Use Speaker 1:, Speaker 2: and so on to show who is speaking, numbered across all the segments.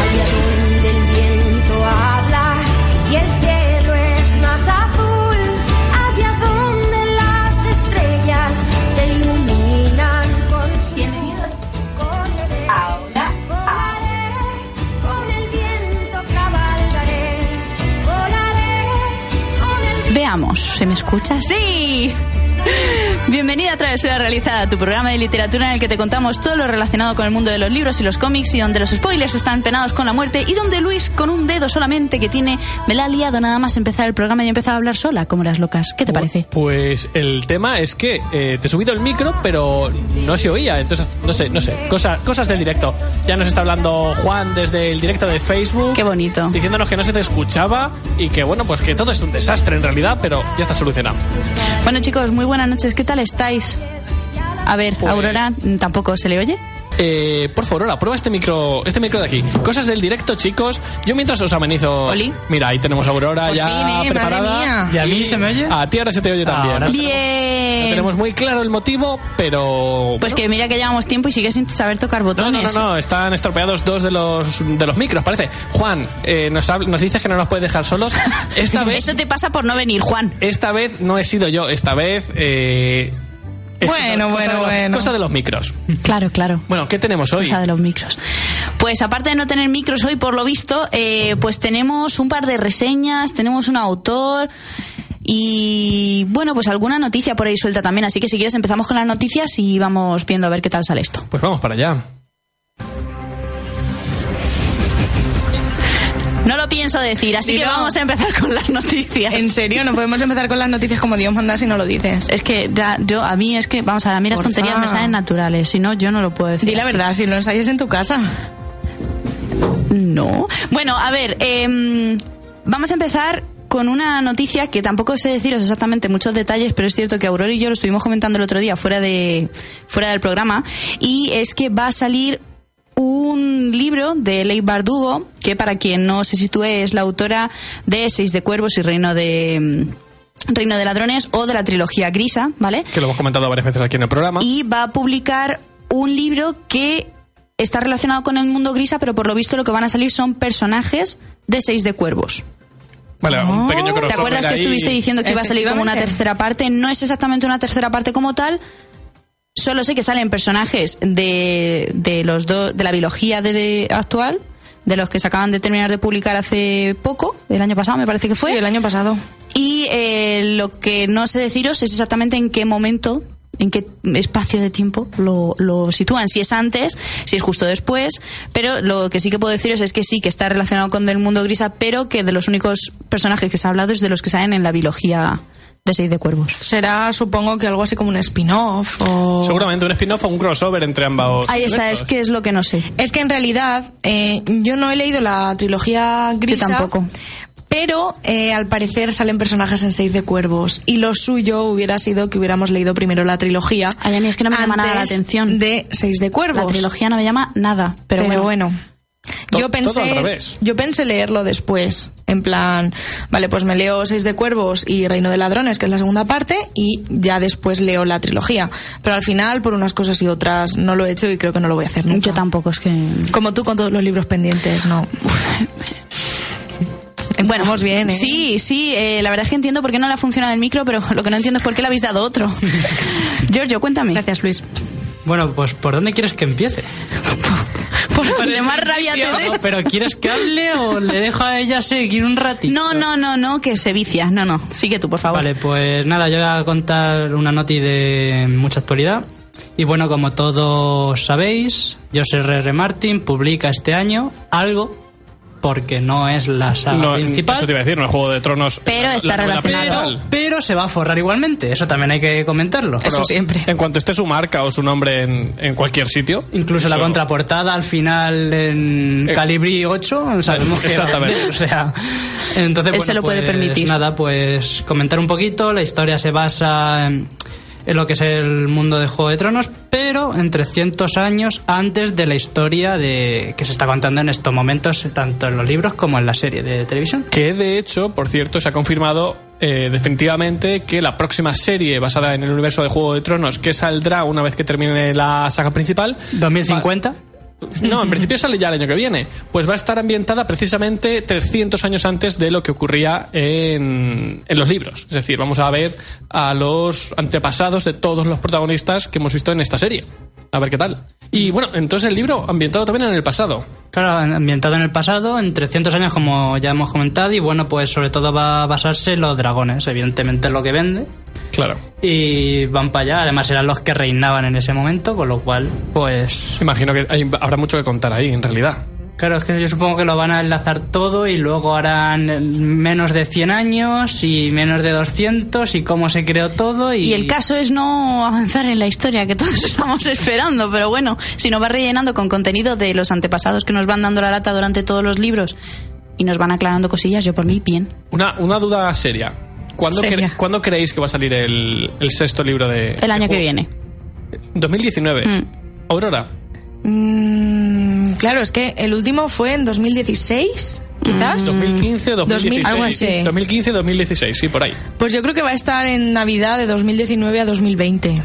Speaker 1: Allá donde el viento habla y el cielo es más azul, allá donde las estrellas te iluminan con su luz. Correré, volaré, con el viento cabalgaré, volaré con el
Speaker 2: Veamos, ¿se me escucha? ¡Sí! Bienvenida a Travesura Realizada, tu programa de literatura en el que te contamos todo lo relacionado con el mundo de los libros y los cómics y donde los spoilers están penados con la muerte y donde Luis, con un dedo solamente que tiene, me la ha liado nada más empezar el programa y he empezado a hablar sola, como las locas. ¿Qué te parece?
Speaker 3: Pues el tema es que eh, te he subido el micro, pero no se oía. Entonces, no sé, no sé. Cosas, cosas del directo. Ya nos está hablando Juan desde el directo de Facebook.
Speaker 2: Qué bonito.
Speaker 3: Diciéndonos que no se te escuchaba y que, bueno, pues que todo es un desastre en realidad, pero ya está solucionado.
Speaker 2: Bueno, chicos, muy buenas noches. ¿Qué tal estáis? A ver,
Speaker 3: Pues-
Speaker 2: Aurora, mm, ¿tampoco se le oye?
Speaker 3: Eh, por favor, ahora prueba este micro, este micro de aquí. Cosas del directo, chicos. Yo mientras os amenizo.
Speaker 4: Oli.
Speaker 3: Mira, ahí tenemos a Aurora
Speaker 4: Por
Speaker 3: ya
Speaker 4: fin, eh, madre
Speaker 3: preparada.
Speaker 4: mía.
Speaker 5: ¿Y a mí se me oye?
Speaker 3: A ti ahora se te oye también.
Speaker 5: Ahora sí.
Speaker 3: No
Speaker 2: Bien.
Speaker 3: tenemos muy claro el motivo, pero.
Speaker 2: Pues que mira que llevamos tiempo y sigues sin saber tocar
Speaker 3: No, no, no,
Speaker 2: botones.
Speaker 3: no, están estropeados dos de los, de los micros, parece. Juan, eh, nos, habl- nos dices que no nos puedes dejar solos. Esta vez,
Speaker 2: Eso te pasa por no venir, Juan.
Speaker 3: esta vez no he sido yo, esta vez... eh, es
Speaker 4: Bueno,
Speaker 3: cosa de
Speaker 4: bueno,
Speaker 3: los-
Speaker 4: bueno.
Speaker 3: Cosa de los micros.
Speaker 2: Claro, claro.
Speaker 3: Bueno, ¿qué tenemos hoy?
Speaker 2: cosa de los micros. Pues aparte de no tener micros hoy, por lo visto, eh, pues tenemos un par de reseñas, tenemos un autor y bueno, pues alguna noticia por ahí suelta también. Así que si quieres empezamos con las noticias y vamos viendo a ver qué tal sale esto.
Speaker 3: Pues vamos para allá.
Speaker 2: No lo pienso decir, así que
Speaker 4: Dilo.
Speaker 2: vamos a empezar con las noticias.
Speaker 4: En serio, no podemos empezar con las noticias como Dios manda si no lo dices.
Speaker 2: Es que ya, yo a mí es que vamos a ver, a mí las
Speaker 4: Porfa.
Speaker 2: tonterías me salen naturales, si no yo no lo puedo decir.
Speaker 4: Di la
Speaker 2: así.
Speaker 4: verdad, si lo ensayas en tu casa.
Speaker 2: No. Bueno, a ver, em, vamos a empezar con una noticia que tampoco sé deciros exactamente muchos detalles, pero es cierto que Aurora y yo lo estuvimos comentando el otro día fuera de fuera del programa y es que va a salir un libro de Leigh Bardugo, que para quien no se sitúe es la autora de Seis de Cuervos y Reino de em, Reino de Ladrones o de la trilogía Grisa, ¿vale?
Speaker 3: Que lo hemos comentado varias veces aquí en el programa.
Speaker 2: y va a publicar un libro que está relacionado con el mundo grisa, pero por lo visto lo que van a salir son personajes de Seis de Cuervos.
Speaker 3: Vale, Ah, un pequeño crossover
Speaker 2: ¿Te acuerdas que
Speaker 3: ahí.
Speaker 2: estuviste diciendo que iba a salir como una
Speaker 4: Efectivamente.
Speaker 2: tercera parte? No es exactamente una tercera parte como tal. Solo sé que salen personajes de, de los dos de la biología de, de- actual, de los que se acaban de terminar de publicar hace poco, el año pasado me parece que fue.
Speaker 4: Sí, el año pasado.
Speaker 2: Y eh, lo que no sé deciros es exactamente en qué momento, en qué espacio de tiempo lo, lo sitúan. Si es antes, si es justo después. Pero lo que sí que puedo deciros es que sí, que está relacionado con el mundo grisa, pero que de los únicos personajes que se ha hablado es de los que salen en la biología de Seis de Cuervos.
Speaker 4: Será, supongo que algo así como un spin-off o...
Speaker 3: Seguramente un spin-off o un crossover entre
Speaker 4: Pues
Speaker 3: ambos.
Speaker 2: Ahí está, es
Speaker 3: universos.
Speaker 2: que es lo que no sé.
Speaker 4: Es que en realidad eh, yo no he leído la trilogía grisa.
Speaker 2: tampoco.
Speaker 4: Pero eh, al parecer salen personajes en Seis de Cuervos. Y lo suyo hubiera sido que hubiéramos leído primero la trilogía.
Speaker 2: Ay, a mí es que no me llama nada la
Speaker 4: antes
Speaker 2: atención.
Speaker 4: De Seis de Cuervos.
Speaker 2: La trilogía no me llama nada, pero,
Speaker 4: Pero, bueno.
Speaker 3: To-
Speaker 4: Yo pensé,
Speaker 3: todo al revés.
Speaker 4: yo pensé leerlo después, en plan, vale, pues me leo Seis de Cuervos y Reino de Ladrones, que es la segunda parte, y ya después leo la trilogía. Pero al final, por unas cosas y otras, no lo he hecho y creo que no lo voy a hacer nunca.
Speaker 2: Yo tampoco, es que.
Speaker 4: Como tú con todos los libros pendientes, no. Bueno, vamos bien, ¿eh?
Speaker 2: Sí, sí, eh, la verdad es que entiendo por qué no le ha funcionado el micro, pero lo que no entiendo es por qué le habéis dado otro. Giorgio, cuéntame.
Speaker 4: Gracias, Luis.
Speaker 5: Bueno, pues ¿por dónde quieres que empiece?
Speaker 2: Por donde Pues más rabia te dé.
Speaker 5: No, pero ¿quieres que hable o le dejo a ella seguir un ratito?
Speaker 2: No, no, no, no, que se vicia. No, no. Sigue tú, por favor.
Speaker 5: Vale, pues nada, yo voy a contar una noti de mucha actualidad. Y bueno, como todos sabéis, José R.R. Martin publica este año algo porque no es la saga
Speaker 3: No,
Speaker 5: principal.
Speaker 3: Eso te iba a decir, no el juego de tronos.
Speaker 2: Pero
Speaker 3: la-
Speaker 2: está
Speaker 3: la novela
Speaker 2: relacionado.
Speaker 5: pero,
Speaker 3: principal.
Speaker 5: pero se va a forrar igualmente, eso también hay que comentarlo.
Speaker 4: Eso siempre.
Speaker 3: En cuanto esté su marca o su nombre en, en cualquier sitio.
Speaker 5: Incluso la
Speaker 3: eso-
Speaker 5: contraportada al final en
Speaker 3: Eh,
Speaker 5: Calibri 8, sabemos que.
Speaker 3: exactamente.
Speaker 5: O sea, entonces.
Speaker 2: Él
Speaker 5: bueno,
Speaker 2: se lo puede
Speaker 5: pues,
Speaker 2: permitir.
Speaker 5: Nada, pues comentar un poquito. La historia se basa en, en lo que es el mundo de Juego de Tronos, pero en 300 años antes de la historia de que se está contando en estos momentos, tanto en los libros como en la serie de televisión.
Speaker 3: Que de hecho, por cierto, se ha confirmado eh, definitivamente que la próxima serie basada en el universo de Juego de Tronos que saldrá una vez que termine la saga principal.
Speaker 5: 2050.
Speaker 3: No, en principio sale ya el año que viene. Pues va a estar ambientada precisamente 300 años antes de lo que ocurría en, en los libros. Es decir, vamos a ver a los antepasados de todos los protagonistas que hemos visto en esta serie. A ver qué tal. Y bueno, entonces el libro ambientado también en el pasado.
Speaker 5: Claro, ambientado en el pasado, en 300 años como ya hemos comentado, y bueno, pues sobre todo va a basarse en los dragones, evidentemente es lo que vende,
Speaker 3: Claro.
Speaker 5: y van para allá, además eran los que reinaban en ese momento, con lo cual, pues...
Speaker 3: Imagino que hay- habrá mucho que contar ahí, en realidad.
Speaker 5: Claro, es que yo supongo que lo van a enlazar todo y luego harán eh, menos de 100 años y menos de 200 y cómo se creó todo y...
Speaker 2: Y el caso es no avanzar en la historia que todos estamos esperando, pero bueno, si nos va rellenando con contenido de los antepasados que nos van dando la lata durante todos los libros y nos van aclarando cosillas, yo por mí, bien.
Speaker 3: Una, una duda seria. ¿Cuándo,
Speaker 2: Seria.
Speaker 3: cre- cuándo creéis que va a salir el, el sexto libro de... Oh,
Speaker 2: El año
Speaker 3: de
Speaker 2: que
Speaker 3: juego?
Speaker 2: viene.
Speaker 3: 2019.
Speaker 2: Mm.
Speaker 3: Aurora.
Speaker 4: Mm, claro, es que el último fue en 2016,
Speaker 3: Mm.
Speaker 4: quizás.
Speaker 3: 2015, 2016.
Speaker 4: Mm. algo así.
Speaker 3: 2015, 2016, sí, por ahí.
Speaker 4: Pues yo creo que va a estar en Navidad de 2019 a 2020.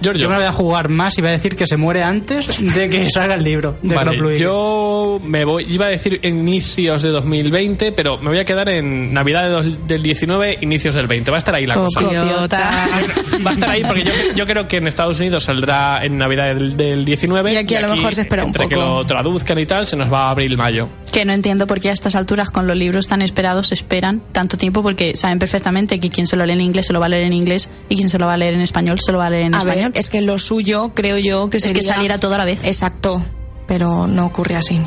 Speaker 3: Giorgio.
Speaker 5: Yo me lo voy a jugar más y voy a decir que se muere antes de que salga el libro. De
Speaker 3: Vale,
Speaker 5: Crop Luigi.
Speaker 3: yo me voy, iba a decir inicios de 2020, pero me voy a quedar en Navidad de dos- del 19, inicios del 20. Va a estar ahí la cosa.
Speaker 4: Copiota.
Speaker 3: Va a estar ahí porque yo, yo creo que en Estados Unidos saldrá en Navidad del, del 19.
Speaker 4: Y aquí a lo mejor se espera un
Speaker 3: entre que
Speaker 4: poco.
Speaker 3: lo traduzcan y tal, se nos va a abril-mayo.
Speaker 2: Que no entiendo por qué a estas alturas con los libros tan esperados se esperan tanto tiempo porque saben perfectamente que quien se lo lee en inglés se lo va a leer en inglés y quien se lo va a leer en español se lo va a leer en
Speaker 4: A
Speaker 2: español. Pues
Speaker 4: ver, es que lo suyo creo yo que
Speaker 2: Es que
Speaker 4: sería-
Speaker 2: saliera todo a la vez.
Speaker 4: Exacto, pero no ocurre así.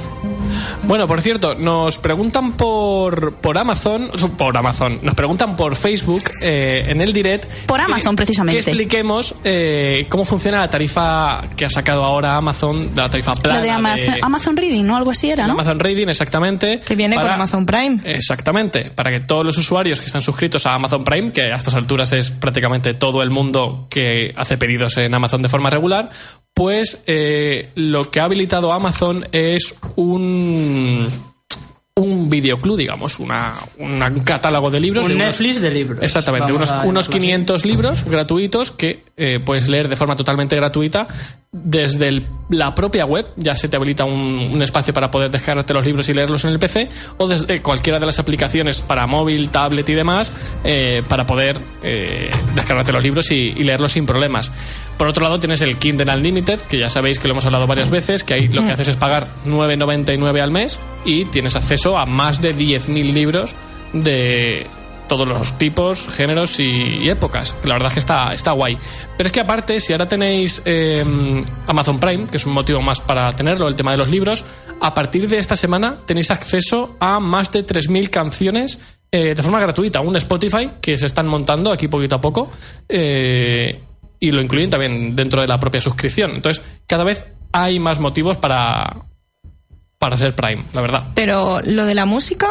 Speaker 3: Bueno, por cierto, nos preguntan por, por Amazon, o sea, por Amazon, nos preguntan por Facebook eh, en el direct.
Speaker 2: Por Amazon, precisamente.
Speaker 3: Que expliquemos eh, cómo funciona la tarifa que ha sacado ahora Amazon, la tarifa plana.
Speaker 2: lo de Amazon, Amazon Reading, ¿no? Algo así era, ¿no?
Speaker 3: Amazon Reading, exactamente.
Speaker 4: Que viene con
Speaker 3: para- Eh.
Speaker 4: Amazon Prime.
Speaker 3: Exactamente, para que todos los usuarios que están suscritos a Amazon Prime, que a estas alturas es prácticamente todo el mundo que hace pedidos en Amazon de forma regular, pues eh, lo que ha habilitado Amazon es un un videoclub, digamos, una, una- un catálogo de libros.
Speaker 5: Un
Speaker 3: de unos-
Speaker 5: Netflix de libros.
Speaker 3: Exactamente,
Speaker 5: Vamos
Speaker 3: unos, unos
Speaker 5: a llamarlo así.
Speaker 3: 500 libros gratuitos que eh, puedes leer de forma totalmente gratuita desde el- la propia web. Ya se te habilita un, un espacio para poder descargarte los libros y leerlos en el PC o desde cualquiera de las aplicaciones para móvil, tablet y demás eh, para poder eh, descargarte los libros y, y leerlos sin problemas. Por otro lado tienes el Kindle Unlimited, que ya sabéis que lo hemos hablado varias veces, que ahí lo que haces es pagar 9,99 al mes y tienes acceso a más de 10.000 libros de todos los tipos, géneros y, y épocas. La verdad es que está, está guay. Pero es que aparte, si ahora tenéis eh, Amazon Prime, que es un motivo más para tenerlo, el tema de los libros, a partir de esta semana tenéis acceso a más de 3.000 canciones eh, de forma gratuita. Un Spotify que se están montando aquí poquito a poco eh, y lo incluyen también dentro de la propia suscripción. Entonces, cada vez hay más motivos para, para ser Prime, la verdad.
Speaker 4: Pero lo de la música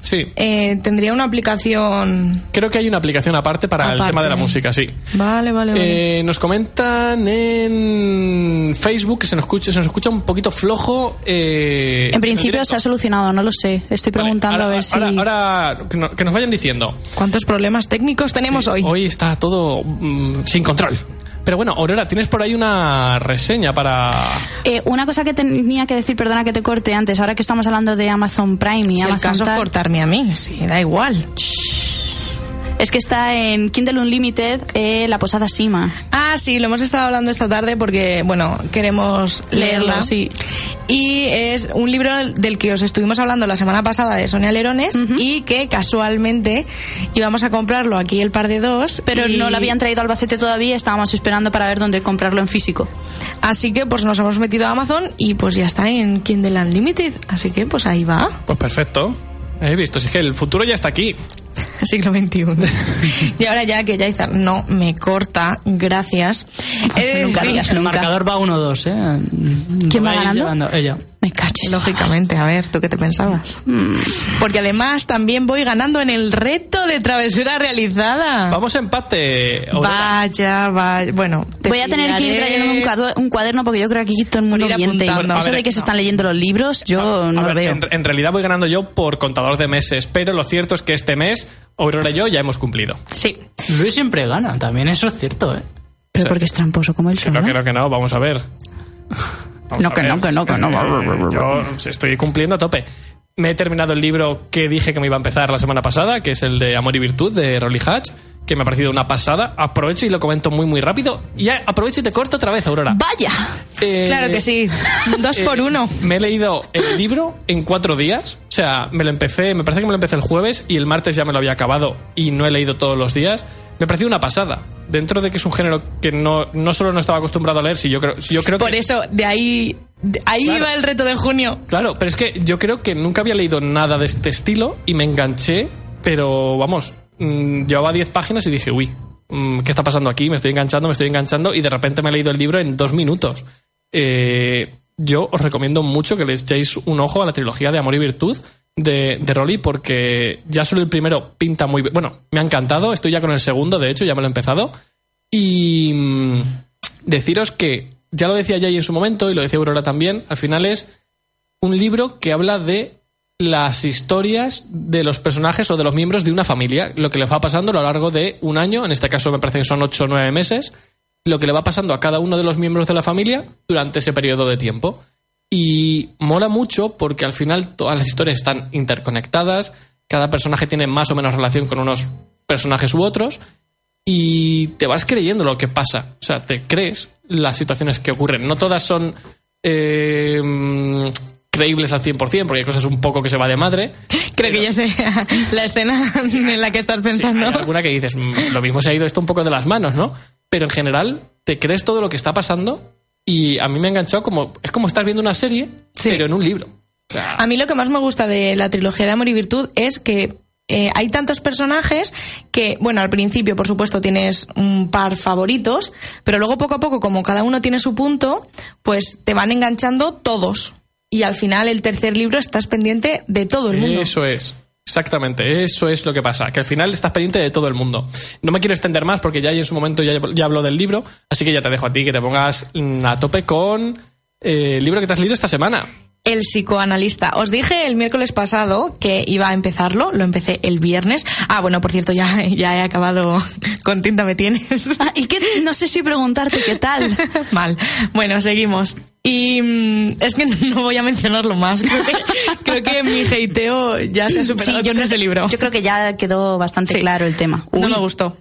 Speaker 3: Sí.
Speaker 4: eh, tendría una aplicación.
Speaker 3: Creo que hay una aplicación aparte para el tema
Speaker 4: Aparte.
Speaker 3: de la música, sí.
Speaker 4: Vale, vale, vale.
Speaker 3: Eh, nos comentan en Facebook que se nos escucha, se nos escucha un poquito flojo. eh,
Speaker 2: En principio
Speaker 3: directo.
Speaker 2: se ha solucionado, no lo sé. Estoy
Speaker 3: Vale,
Speaker 2: preguntando
Speaker 3: ahora-
Speaker 2: a ver si...
Speaker 3: ahora- ahora que, no- que nos vayan diciendo.
Speaker 4: ¿Cuántos problemas técnicos tenemos hoy?
Speaker 3: Hoy está todo mm, sin control. Pero bueno, Aurora, tienes por ahí una reseña para.
Speaker 2: Eh, una cosa que tenía que decir, perdona que te corte antes, ahora que estamos hablando de Amazon Prime y
Speaker 4: Si el
Speaker 2: Amazon
Speaker 4: caso es
Speaker 2: tal,
Speaker 4: cortarme a mí, sí, da igual.
Speaker 2: Es que está en Kindle Unlimited, eh, La Posada Sima.
Speaker 4: Ah, sí, lo hemos estado hablando esta tarde porque, bueno, queremos
Speaker 2: Leerlo,
Speaker 4: leerla.
Speaker 2: sí.
Speaker 4: Y es un libro del que os estuvimos hablando la semana pasada de Sonia Lerones y que casualmente íbamos a comprarlo aquí el par de dos.
Speaker 2: Pero
Speaker 4: y-
Speaker 2: no lo habían traído a Albacete todavía, estábamos esperando para ver dónde comprarlo en físico.
Speaker 4: Así que pues nos hemos metido a Amazon y pues ya está en Kindle Unlimited. Así que pues ahí va,
Speaker 3: Pues perfecto. He visto, si es que el futuro ya está aquí.
Speaker 4: siglo XXI. y ahora ya que Yaizar no me corta, gracias. Eh, He de
Speaker 2: Nunca
Speaker 4: decir-
Speaker 2: digas
Speaker 5: El
Speaker 2: nunca.
Speaker 5: marcador va 1-2, ¿eh?
Speaker 2: ¿Quién va
Speaker 5: a ir
Speaker 2: ganando?
Speaker 5: llevando- Ella.
Speaker 2: Me caches.
Speaker 4: Lógicamente, a ver, ¿tú qué te pensabas? Porque además también voy ganando en el reto de travesura
Speaker 2: Ah.
Speaker 4: realizada.
Speaker 3: Vamos a empate. Aurora.
Speaker 4: Vaya, vaya. Bueno, te
Speaker 2: Voy a tener que ir
Speaker 4: pillaré.
Speaker 2: trayéndome un cuadro- un cuaderno porque yo creo que aquí todo el mundo
Speaker 4: Por ir
Speaker 2: miente.
Speaker 4: apuntando.
Speaker 2: Eso
Speaker 3: A ver,
Speaker 2: de que se
Speaker 3: no.
Speaker 2: están leyendo los libros, yo
Speaker 3: A
Speaker 2: no
Speaker 3: ver,
Speaker 2: lo veo.
Speaker 3: En, en realidad voy ganando yo por contador de meses, pero lo cierto es que este mes, Aurora y yo ya hemos cumplido.
Speaker 2: Sí.
Speaker 5: Luis siempre gana, también eso es cierto, ¿eh?
Speaker 2: Pero porque es tramposo como el
Speaker 3: Que
Speaker 2: sol.
Speaker 3: no, que no, que no, vamos a ver. Vamos
Speaker 2: No,
Speaker 3: a
Speaker 2: que no, que no, que no.
Speaker 3: Eh, Yo estoy cumpliendo a tope. Me he terminado el libro que dije que me iba a empezar la semana pasada, que es el de Amor y Virtud de Rolly Hatch, que me ha parecido una pasada. Aprovecho y lo comento muy, muy rápido. Y ya aprovecho y te corto otra vez, Aurora.
Speaker 2: ¡Vaya!
Speaker 3: Eh,
Speaker 4: Claro que sí. Dos
Speaker 3: eh,
Speaker 4: por uno.
Speaker 3: Me he leído el libro en cuatro días. O sea, me lo empecé, me parece que me lo empecé el jueves y el martes ya me lo había acabado y no he leído todos los días. Me pareció una pasada. Dentro de que es un género que no, no solo no estaba acostumbrado a leer, si yo creo, si yo creo
Speaker 4: Por
Speaker 3: que.
Speaker 4: eso, de ahí, de ahí
Speaker 3: Claro.
Speaker 4: va el reto de junio.
Speaker 3: Claro, pero es que yo creo que nunca había leído nada de este estilo y me enganché, pero vamos, mm, llevaba 10 páginas y dije, uy, mm, ¿qué está pasando aquí? Me estoy enganchando, me estoy enganchando y de repente me he leído el libro en dos minutos. Eh, yo os recomiendo mucho que le echéis un ojo a la trilogía de Amor y Virtud de, de Rolly porque ya solo el primero pinta muy bien. Bueno, me ha encantado, estoy ya con el segundo, de hecho, ya me lo he empezado. Y mm, deciros que, ya lo decía Jay en su momento y lo decía Aurora también, al final es un libro que habla de las historias de los personajes o de los miembros de una familia, lo que les va pasando a lo largo de un año, en este caso me parece que son ocho o nueve meses, lo que le va pasando a cada uno de los miembros de la familia durante ese periodo de tiempo. Y mola mucho porque al final todas las historias están interconectadas, cada personaje tiene más o menos relación con unos personajes u otros, y te vas creyendo lo que pasa. O sea, te crees las situaciones que ocurren. No todas son eh, mm, creíbles al 100%, porque hay cosas un poco que se va de madre.
Speaker 4: Creo que ya sé la escena en la que estás pensando.
Speaker 3: Hay alguna que dices, "Mm, lo mismo se ha ido esto un poco de las manos, ¿no? Pero en general, te crees todo lo que está pasando y a mí me ha enganchado como... Es como estar viendo una serie,
Speaker 4: Sí.
Speaker 3: pero en un libro. O sea,
Speaker 4: A mí lo que más me gusta de la trilogía de Amor y Virtud es que eh, hay tantos personajes que, bueno, al principio, por supuesto, tienes un par favoritos, pero luego poco a poco, como cada uno tiene su punto, pues te van enganchando todos. Y al final, el tercer libro, estás pendiente de todo el mundo.
Speaker 3: Eso es. Exactamente, eso es lo que pasa, que al final estás pendiente de todo el mundo. No me quiero extender más porque ya en su momento ya, ya habló del libro, así que ya te dejo a ti que te pongas mm, a tope con eh, el libro que te has leído esta semana.
Speaker 4: El psicoanalista. Os dije el miércoles pasado que iba a empezarlo, lo empecé el viernes. Ah, bueno, por cierto, ya, ya he acabado con tinta me tienes.
Speaker 2: Ah, y que no sé si preguntarte qué tal.
Speaker 4: Mal. Bueno, seguimos. Y mm, es que no voy a mencionarlo más. Creo que, creo que mi hateo ya se ha superado con ese libro.
Speaker 2: Yo creo que ya quedó bastante
Speaker 4: Sí.
Speaker 2: claro el tema. Uy,
Speaker 4: No me gustó.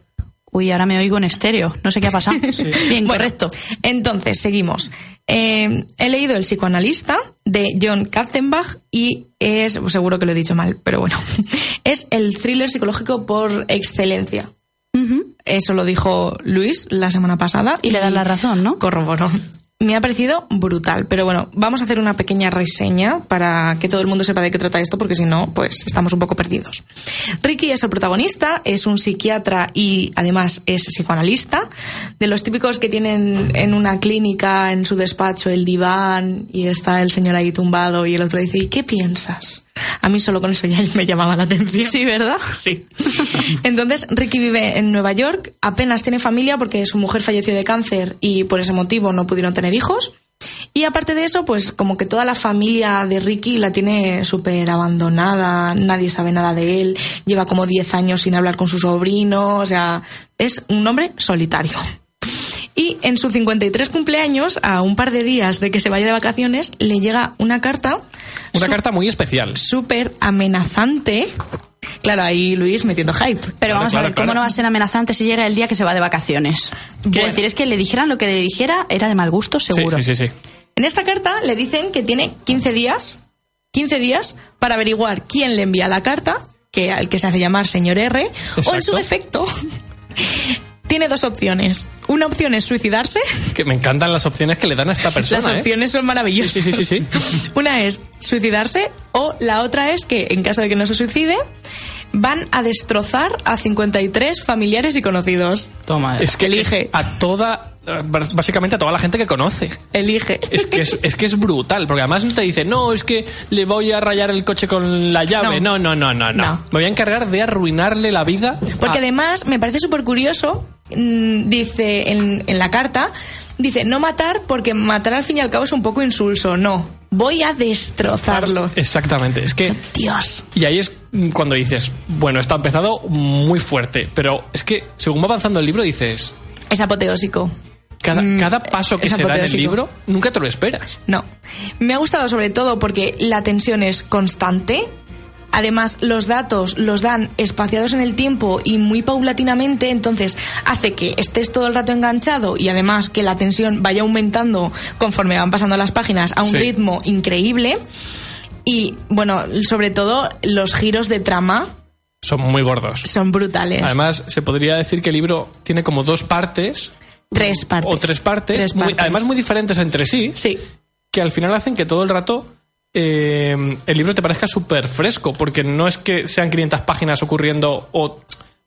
Speaker 2: uy, ahora me oigo en estéreo. No sé qué ha pasado. Bien,
Speaker 4: Bueno,
Speaker 2: correcto.
Speaker 4: Entonces, seguimos. Eh, he leído El psicoanalista de John Katzenbach y es, seguro que lo he dicho mal, pero bueno, es el thriller psicológico por excelencia.
Speaker 2: Ujú.
Speaker 4: Eso lo dijo Luis la semana pasada.
Speaker 2: Y le das la razón, ¿no?
Speaker 4: Corroboró. Me ha parecido brutal, pero bueno, vamos a hacer una pequeña reseña para que todo el mundo sepa de qué trata esto, porque si no, pues estamos un poco perdidos. Ricky es el protagonista, es un psiquiatra y además es psicoanalista, de los típicos que tienen en una clínica, en su despacho, el diván y está el señor ahí tumbado y el otro dice, ¿y qué piensas? A mí solo con eso ya me llamaba la atención.
Speaker 2: Sí, ¿verdad?
Speaker 4: Sí. Entonces, Ricky vive en Nueva York, apenas tiene familia porque su mujer falleció de cáncer y por ese motivo no pudieron tener hijos. Y aparte de eso, pues como que toda la familia de Ricky la tiene súper abandonada, nadie sabe nada de él, lleva como 10 años sin hablar con su sobrino, o sea, es un hombre solitario. Y en su 53 cumpleaños, a un par de días de que se vaya de vacaciones, le llega una carta
Speaker 3: Una
Speaker 4: su-
Speaker 3: carta muy especial.
Speaker 4: súper amenazante. Claro, ahí Luis metiendo hype.
Speaker 2: Pero
Speaker 3: Claro,
Speaker 2: vamos
Speaker 3: claro,
Speaker 2: a ver, ¿cómo
Speaker 3: claro.
Speaker 2: no va a ser amenazante si llega el día que se va de vacaciones? Quiero
Speaker 4: Bueno.
Speaker 2: decir, es que le dijeran lo que le dijera era de mal gusto,
Speaker 3: Sí,
Speaker 2: seguro.
Speaker 3: Sí, sí, sí.
Speaker 4: En esta carta le dicen que tiene 15 días, 15 días para averiguar quién le envía la carta, que al que se hace llamar señor R, o en su
Speaker 3: Exacto.
Speaker 4: defecto tiene dos opciones. Una opción es suicidarse,
Speaker 3: Que me encantan las opciones que le dan a esta persona.
Speaker 4: las
Speaker 3: ¿eh?
Speaker 4: opciones son maravillosas.
Speaker 3: Sí, sí, sí, sí,
Speaker 4: Una es suicidarse o la otra es que en caso de que no se suicide van a destrozar a 53 familiares y conocidos.
Speaker 5: Toma, eh.
Speaker 3: Es que
Speaker 4: Elige.
Speaker 3: a toda, básicamente a toda la gente que conoce.
Speaker 4: Elige.
Speaker 3: Es que es, es que es brutal, porque además no te dice, no, es que le voy a rayar el coche con la llave.
Speaker 4: No.
Speaker 3: No, no, no, no, no.
Speaker 4: No.
Speaker 3: Me voy a encargar de arruinarle la vida.
Speaker 4: Porque
Speaker 3: a-
Speaker 4: además me parece súper curioso, mm, dice en, en la carta, dice no matar porque matar al fin y al cabo es un poco insulso, no, voy a destrozarlo.
Speaker 3: Exactamente, es que...
Speaker 4: Dios.
Speaker 3: Y ahí es cuando dices, bueno, está empezado muy fuerte, pero es que según va avanzando el libro dices,
Speaker 4: Es apoteósico.
Speaker 3: cada,
Speaker 4: Mm,
Speaker 3: cada paso que
Speaker 4: es
Speaker 3: se da en el
Speaker 4: apoteósico.
Speaker 3: libro nunca te lo esperas.
Speaker 4: No. Me ha gustado sobre todo porque la tensión es constante. Además, los datos los dan espaciados en el tiempo y muy paulatinamente, entonces hace que estés todo el rato enganchado y además que la tensión vaya aumentando conforme van pasando las páginas a un
Speaker 3: Sí.
Speaker 4: ritmo increíble. Y bueno, sobre todo los giros de trama
Speaker 3: Son muy gordos.
Speaker 4: son brutales.
Speaker 3: Además, se podría decir que el libro tiene como dos partes
Speaker 4: tres partes.
Speaker 3: o tres partes,
Speaker 4: Tres
Speaker 3: muy-
Speaker 4: partes.
Speaker 3: además muy diferentes entre sí,
Speaker 4: Sí.
Speaker 3: que al final hacen que todo el rato eh, el libro te parezca súper fresco, porque no es que sean 500 páginas ocurriendo o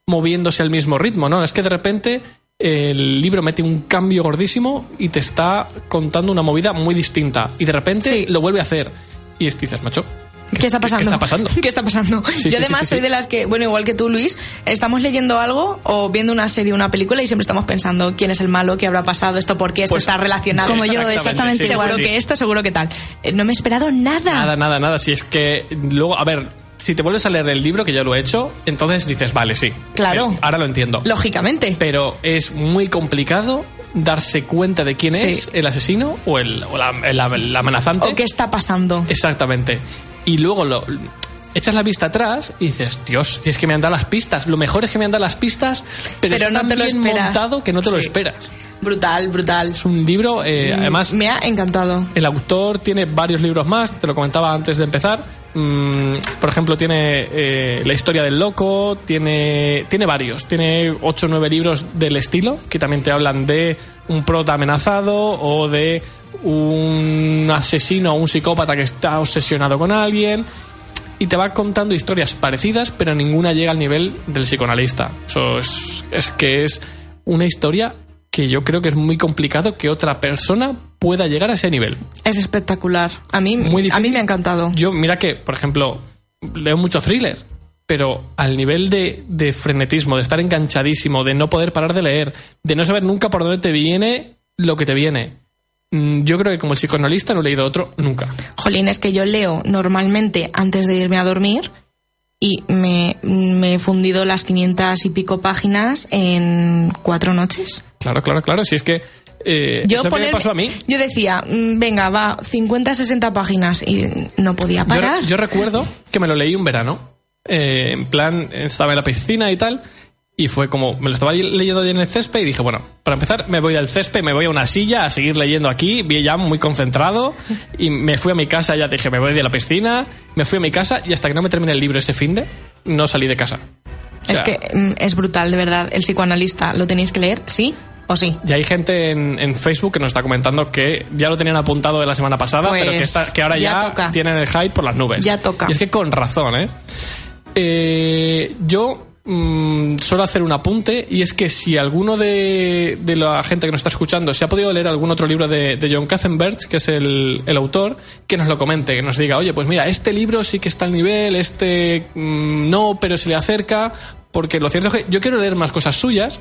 Speaker 3: moviéndose al mismo ritmo, no, es que de repente el libro mete un cambio gordísimo y te está contando una movida muy distinta y de repente lo vuelve a hacer y es- dices, macho,
Speaker 4: ¿Qué está pasando?
Speaker 3: ¿Qué está pasando?
Speaker 4: ¿Qué está pasando?
Speaker 3: Sí, sí,
Speaker 4: Yo además
Speaker 3: sí, sí,
Speaker 4: soy
Speaker 3: sí.
Speaker 4: de las que, bueno, igual que tú, Luis, estamos leyendo algo o viendo una serie o una película y siempre estamos pensando quién es el malo, qué habrá pasado, esto por qué, esto
Speaker 3: Pues,
Speaker 4: está relacionado.
Speaker 2: como yo,
Speaker 4: esto-
Speaker 2: exactamente
Speaker 3: sí, sí,
Speaker 4: Seguro
Speaker 3: sí.
Speaker 4: que esto, seguro que tal. Eh, No me he esperado nada.
Speaker 3: Nada, nada, nada. Si es que luego, a ver, si te vuelves a leer el libro, que yo lo he hecho, entonces dices, vale, sí.
Speaker 4: Claro.
Speaker 3: Eh, ahora lo entiendo.
Speaker 4: Lógicamente.
Speaker 3: Pero es muy complicado darse cuenta de quién
Speaker 4: Sí.
Speaker 3: es el asesino o el, o la, el- el amenazante.
Speaker 4: ¿O qué está pasando?
Speaker 3: Eh, Exactamente. Y luego lo, echas la vista atrás y dices, Dios, si es que me han dado las pistas. Lo mejor es que me han dado las pistas, pero,
Speaker 4: Pero
Speaker 3: está
Speaker 4: no
Speaker 3: tan
Speaker 4: te lo
Speaker 3: bien
Speaker 4: esperas.
Speaker 3: montado que no te lo
Speaker 4: Sí. Mm,
Speaker 3: esperas.
Speaker 4: Brutal, brutal.
Speaker 3: Es un libro, eh, además,
Speaker 4: Me ha encantado.
Speaker 3: el autor tiene varios libros más, te lo comentaba antes de empezar. Mm, por ejemplo, tiene eh, La historia del loco, tiene, tiene varios, tiene 8 o 9 libros del estilo, que también te hablan de un prota amenazado o de un asesino o un psicópata que está obsesionado con alguien. Y te va contando historias parecidas, pero ninguna llega al nivel del psicoanalista. Eso es, es que es una historia que yo creo que es muy complicado que otra persona pueda llegar a ese nivel.
Speaker 4: Es espectacular. A mí,
Speaker 3: Muy
Speaker 4: a
Speaker 3: difícil.
Speaker 4: mí me ha encantado.
Speaker 3: Yo, mira que, por ejemplo, leo mucho thriller, pero al nivel de, de frenetismo, de estar enganchadísimo, de no poder parar de leer, de no saber nunca por dónde te viene lo que te viene. mm, Yo creo que como psicoanalista no he leído otro nunca.
Speaker 4: Jolín, es que yo leo normalmente antes de irme a dormir y me, me he fundido las 500 y pico páginas en cuatro noches.
Speaker 3: Claro, claro, claro. Si es que. Eh, es lo que me
Speaker 4: poner-
Speaker 3: pasó a mí.
Speaker 4: yo decía, mm, venga, va, 50, 60 páginas y no podía
Speaker 3: Yo,
Speaker 4: parar.
Speaker 3: yo recuerdo que me lo leí un verano. Eh, en plan, estaba en la piscina y tal. Y fue como, me lo estaba leyendo ahí en el césped y dije, bueno, para empezar me voy del césped, me voy a una silla a seguir leyendo aquí, vi ya muy concentrado y me fui a mi casa, ya dije, me voy de la piscina, me fui a mi casa y hasta que no me terminé el libro ese fin de, no salí de casa. O
Speaker 4: es
Speaker 3: sea,
Speaker 4: que mm, es brutal, de verdad. El psicoanalista, ¿lo tenéis que leer? ¿Sí o sí?
Speaker 3: Y hay gente en, en Facebook que nos está comentando que ya lo tenían apuntado de la semana pasada,
Speaker 4: Pues,
Speaker 3: pero que, está- que ahora
Speaker 4: ya
Speaker 3: ya,
Speaker 4: toca.
Speaker 3: tienen el hype por las nubes.
Speaker 4: Ya toca.
Speaker 3: Y es que con razón, ¿eh? Eh, yo mm, suelo hacer un apunte y es que si alguno de, de la gente que nos está escuchando se ha podido leer algún otro libro de, de John Katzenberg, que es el, el autor, que nos lo comente, que nos diga, oye, pues mira, este libro sí que está al nivel, este mm, no, pero se le acerca, porque lo cierto es que yo quiero leer más cosas suyas,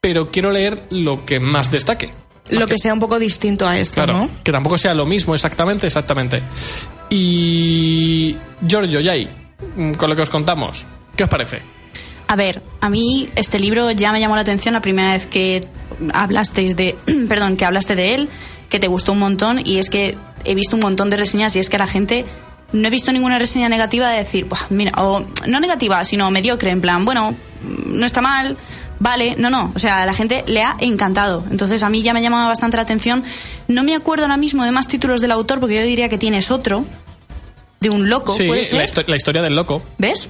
Speaker 3: pero quiero leer lo que más destaque.
Speaker 4: Lo que sea un poco distinto a esto,
Speaker 3: Claro,
Speaker 4: ¿no?
Speaker 3: que tampoco sea lo mismo exactamente, exactamente. Y Giorgio Yay, mm, con lo que os contamos, ¿qué os parece?
Speaker 2: A ver, a mí este libro ya me llamó la atención la primera vez que hablaste de, perdón, que hablaste de él, que te gustó un montón y es que he visto un montón de reseñas y es que la gente no he visto ninguna reseña negativa de decir, "Buah, mira, o no negativa, sino mediocre, en plan, bueno, no está mal, vale, no, no, o sea, a la gente le ha encantado. Entonces a mí ya me llamaba bastante la atención. No me acuerdo ahora mismo de más títulos del autor porque yo diría que tienes otro de un loco,
Speaker 3: Sí,
Speaker 2: puede
Speaker 3: la,
Speaker 2: ser.
Speaker 3: histo- la historia del loco.
Speaker 2: ¿Ves?